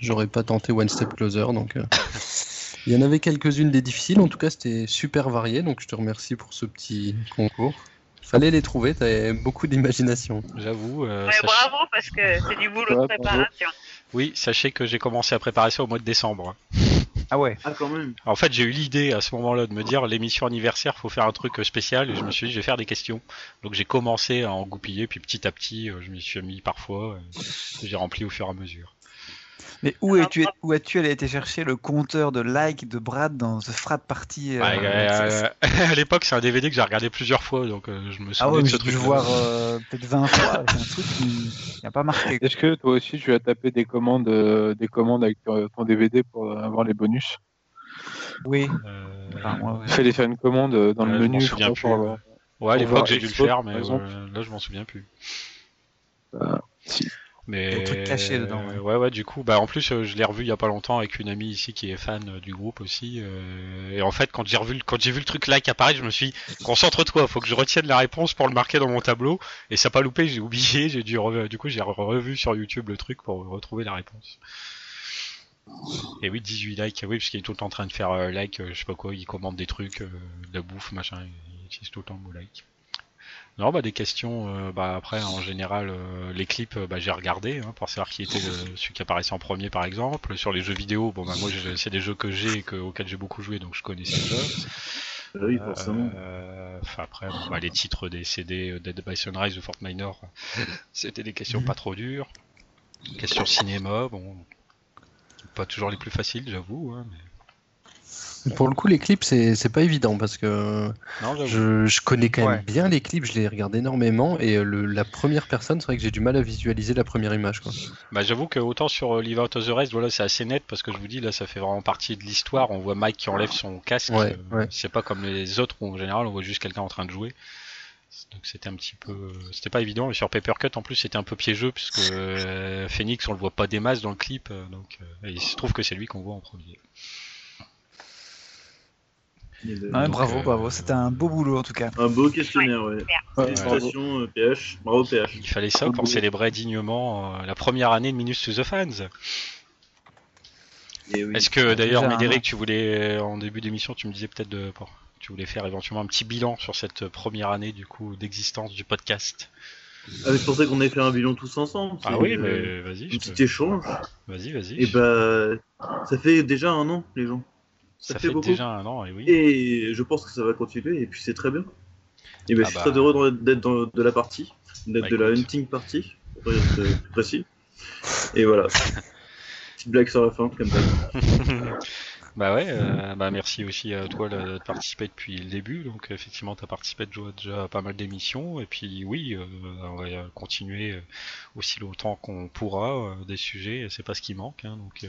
S5: j'aurais pas tenté One Step Closer, donc euh, il y en avait quelques-unes des difficiles. En tout cas, c'était super varié, donc je te remercie pour ce petit concours. Fallait les trouver, t'avais beaucoup d'imagination.
S1: J'avoue. euh,
S3: Ouais,
S1: sach-
S3: bravo parce que c'est du boulot de
S6: Ouais, bravo.
S3: préparation.
S1: Oui, sachez que j'ai commencé à préparer ça au mois de décembre.
S4: Ah ouais.
S2: Ah, quand même.
S1: En fait, j'ai eu l'idée à ce moment-là de me dire l'émission anniversaire, faut faire un truc euh, spécial. Et je me suis dit, je vais faire des questions. Donc j'ai commencé à en goupiller, puis petit à petit, euh, je m'y suis mis parfois. euh, J'ai rempli au fur et à mesure.
S4: Mais où
S3: Alors,
S4: es-tu où as-tu allé été chercher le compteur de likes de Brad dans The Frat Party euh,
S1: Ouais,
S4: c'est-
S1: euh, à l'époque, c'est un DVD que j'ai regardé plusieurs fois, donc euh, je me souviens
S4: Ah ouais,
S1: de
S4: mais
S1: ce
S4: j'ai dû le
S1: truc-là.
S4: voir euh, peut-être 20 fois. C'est un truc qui n'a pas marqué.
S6: Est-ce que toi aussi tu as tapé des commandes, euh, des commandes avec ton, ton DVD pour avoir les bonus
S4: Oui.
S1: Euh,
S4: Enfin, moi, ouais.
S6: Il fallait faire une commande euh, dans
S1: Ouais,
S6: le
S1: je m'en
S6: menu. je
S1: souviens
S6: crois,
S1: plus.
S6: pour euh, avoir-
S1: ouais, à
S6: Pour voir
S1: l'époque, j'ai dû le
S6: Xbox,
S1: faire,
S6: par
S1: mais
S6: exemple.
S1: euh, là, je m'en souviens plus.
S6: Si.
S1: Mais
S4: Des trucs cachés dedans, ouais.
S1: Ouais, ouais, du coup, bah en plus, euh, je l'ai revu il y a pas longtemps avec une amie ici qui est fan euh, du groupe aussi. euh, et en fait, quand j'ai revu, le- quand j'ai vu le truc like apparaître, je me suis dit, concentre-toi, faut que je retienne la réponse pour le marquer dans mon tableau. Et ça a pas loupé, j'ai oublié, j'ai dû, rev- du coup, j'ai re- revu sur YouTube le truc pour retrouver la réponse. Et oui, 18 likes, oui, parce qu'il est tout le temps en train de faire euh, like, euh, je sais pas quoi, il commande des trucs, euh, de la bouffe, machin, il utilise tout le temps le mot like. Non, bah des questions. euh, bah après, en général, euh, les clips, euh, bah, j'ai regardé hein, pour savoir qui était le- celui qui apparaissait en premier, par exemple. Sur les jeux vidéo, bon bah moi, j'ai- c'est des jeux que j'ai et que, auxquels j'ai beaucoup joué, donc je connais ces jeux.
S2: Bah oui, forcément.
S1: Euh, enfin, après, bon, bah, les titres des CD, euh, Dead by Sunrise ou Fort Minor, c'était des questions pas trop dures. Questions cinéma, bon, pas toujours les plus faciles, j'avoue. hein, mais-
S5: Et pour le coup, les clips, c'est c'est pas évident, parce que
S1: Non, j'avoue.
S5: Je, je connais quand même
S4: Ouais.
S5: bien les clips, je les regarde énormément et euh, le, la première personne, c'est vrai que j'ai du mal à visualiser la première image. Quoi.
S1: Bah, j'avoue que autant sur euh, Leave Out of the Rest, voilà, c'est assez net parce que je vous dis, là, ça fait vraiment partie de l'histoire. On voit Mike qui enlève son casque.
S5: Ouais,
S1: euh,
S5: ouais.
S1: C'est pas comme les autres où en général on voit juste quelqu'un en train de jouer. Donc c'était un petit peu. euh, C'était pas évident. Et sur Paper Cut en plus, c'était un peu piégeux parce que euh, Phoenix, on le voit pas des masses dans le clip. euh, donc euh, et il se trouve que c'est lui qu'on voit en premier.
S2: Et, euh,
S4: Ouais,
S1: Donc,
S4: bravo,
S1: euh,
S4: bravo. C'était un beau boulot en tout cas.
S2: Un beau questionnaire, ouais.
S6: Ouais, bravo.
S2: Félicitations, euh, PH. Bravo, PH.
S1: Il fallait ça
S6: Cool
S1: pour
S6: boulot.
S1: célébrer dignement euh, la première année de Minus to the Fans.
S2: Et oui.
S1: Est-ce que d'ailleurs,
S4: déjà un
S1: Médéric,
S4: an.
S1: tu voulais, euh, en début d'émission, tu me disais peut-être de. bon, tu voulais faire éventuellement un petit bilan sur cette euh, première année du coup d'existence du podcast.
S2: Ah, mais je pensais qu'on allait faire un bilan tous ensemble.
S1: Ah
S2: c'est,
S1: oui,
S2: euh,
S1: mais vas-y, je
S2: Un
S1: te-
S2: petit échange.
S1: vas-y, vas-y.
S2: Et bah, ça fait déjà un an, les gens.
S1: ça,
S2: ça
S1: fait,
S2: fait beaucoup.
S1: déjà un an, et oui.
S2: Et je pense que ça va continuer, et puis c'est très bien. Et ben,
S1: Ah
S2: je suis
S1: bah.
S2: très heureux dans- d'être dans- de la partie, d'être
S1: Bah,
S2: de la
S1: écoute.
S2: hunting party, pour être euh, plus précis. Et voilà. Petite blague sur la fin, comme ça.
S1: bah ouais, euh, bah merci aussi à toi là, de participer depuis le début. Donc effectivement, tu as participé déjà- déjà à pas mal d'émissions. Et puis oui, euh, on va euh, continuer euh, aussi longtemps qu'on pourra euh, des sujets. C'est pas ce qui manque. hein, donc euh,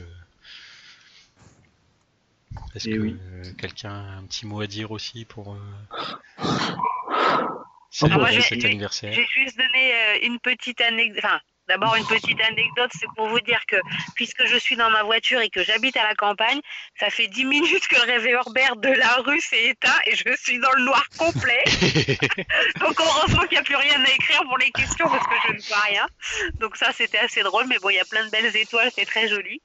S1: est-ce
S2: Eh
S1: que
S2: oui.
S1: euh, quelqu'un a un petit mot à dire aussi pour euh,
S3: Ah, moi,
S1: célébrer
S3: j'ai-
S1: cet
S3: j'ai-
S1: anniversaire
S3: J'ai juste donné euh, une petite anecdote, enfin D'abord, une petite anecdote, c'est pour vous dire que puisque je suis dans ma voiture et que j'habite à la campagne, ça fait 10 minutes que le réverbère de la rue s'est éteint et je suis dans le noir complet. Donc heureusement qu'il n'y a plus rien à écrire pour les questions parce que je ne vois rien. Donc ça c'était assez drôle, mais bon il y a plein de belles étoiles, c'est très joli.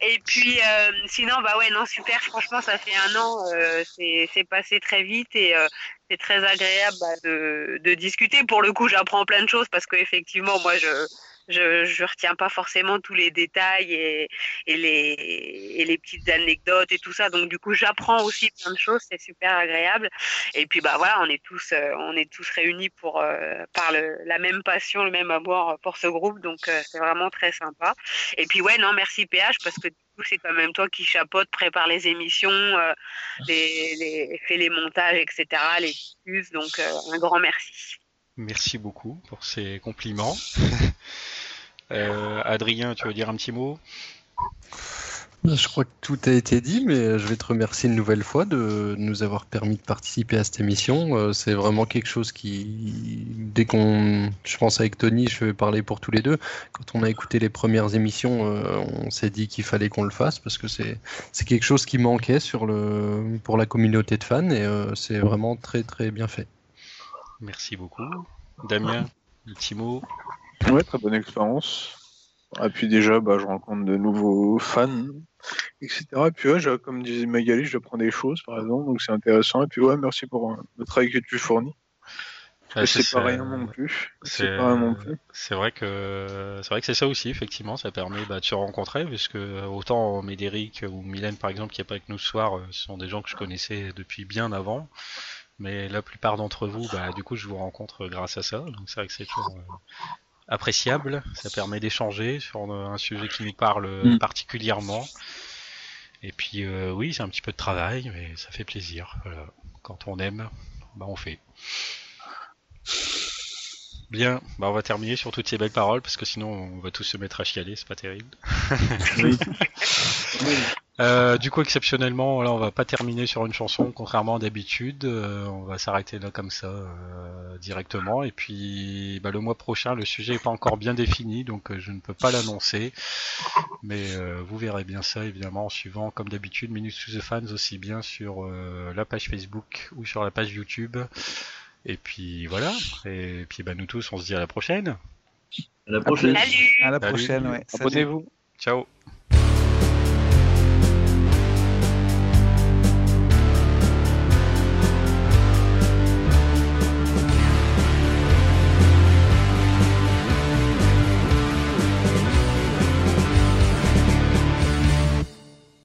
S3: Et puis euh, sinon bah ouais non super, franchement ça fait un an, euh, c'est c'est passé très vite et euh, c'est très agréable bah, de, de discuter. Pour le coup j'apprends plein de choses parce que effectivement moi je je, je retiens pas forcément tous les détails et, et, les, et les petites anecdotes et tout ça. Donc du coup, j'apprends aussi plein de choses. C'est super agréable. Et puis bah voilà, on est tous, euh, on est tous réunis pour euh, par le, la même passion, le même amour pour ce groupe. Donc euh, c'est vraiment très sympa. Et puis ouais, non, merci PH parce que du coup, c'est quand même toi qui chapeaute, prépare les émissions, euh, les, les, fait les montages, etc., les diffuses. Donc euh, un grand merci.
S1: Merci beaucoup pour ces compliments. Euh, Adrien, tu veux dire un petit mot
S5: Je crois que tout a été dit, mais je vais te remercier une nouvelle fois de nous avoir permis de participer à cette émission. Euh, C'est vraiment quelque chose qui, dès qu'on, je pense avec Tony, je vais parler pour tous les deux. Quand on a écouté les premières émissions, euh, on s'est dit qu'il fallait qu'on le fasse parce que c'est c'est quelque chose qui manquait sur le pour la communauté de fans et euh, c'est vraiment très très bien fait.
S1: Merci beaucoup. Damien, un petit mot
S6: Ouais, très bonne expérience. Et puis déjà, bah, je rencontre de nouveaux fans, etc. Et puis ouais, je- comme disait Magali, je prends des choses, par exemple, donc c'est intéressant. Et puis ouais, merci pour euh, le travail que tu fournis.
S1: Ah,
S6: c'est
S1: ça.
S6: pas rien non plus.
S1: c'est-
S6: C'est pas rien non plus.
S1: C'est vrai que c'est vrai que c'est ça aussi effectivement, ça permet bah, de se rencontrer puisque euh, autant Médéric ou Mylène par exemple qui est pas avec nous ce soir, euh, ce sont des gens que je connaissais depuis bien avant, mais la plupart d'entre vous, bah du coup je vous rencontre grâce à ça, donc c'est vrai que c'est toujours euh, appréciable, ça permet d'échanger sur euh, un sujet qui nous parle euh,
S6: Mm.
S1: particulièrement. Et puis euh, oui, c'est un petit peu de travail, mais ça fait plaisir. Voilà. Quand on aime, bah on fait. Bien, bah on va terminer sur toutes ces belles paroles parce que sinon on va tous se mettre à chialer, c'est pas terrible.
S2: Oui.
S1: Euh, du coup, exceptionnellement, là on va pas terminer sur une chanson, contrairement à d'habitude. Euh, on va s'arrêter là comme ça euh, directement. Et puis bah, le mois prochain, le sujet est pas encore bien défini donc euh, je ne peux pas l'annoncer. Mais euh, vous verrez bien ça évidemment en suivant, comme d'habitude, Minutes to the Fans aussi bien sur euh, la page Facebook ou sur la page YouTube. Et puis voilà. Et puis bah, nous tous, on se dit à la prochaine.
S2: À la prochaine.
S3: Salut.
S4: À la
S1: Salut.
S4: prochaine, ouais. Salut.
S6: Abonnez-vous.
S1: Ciao.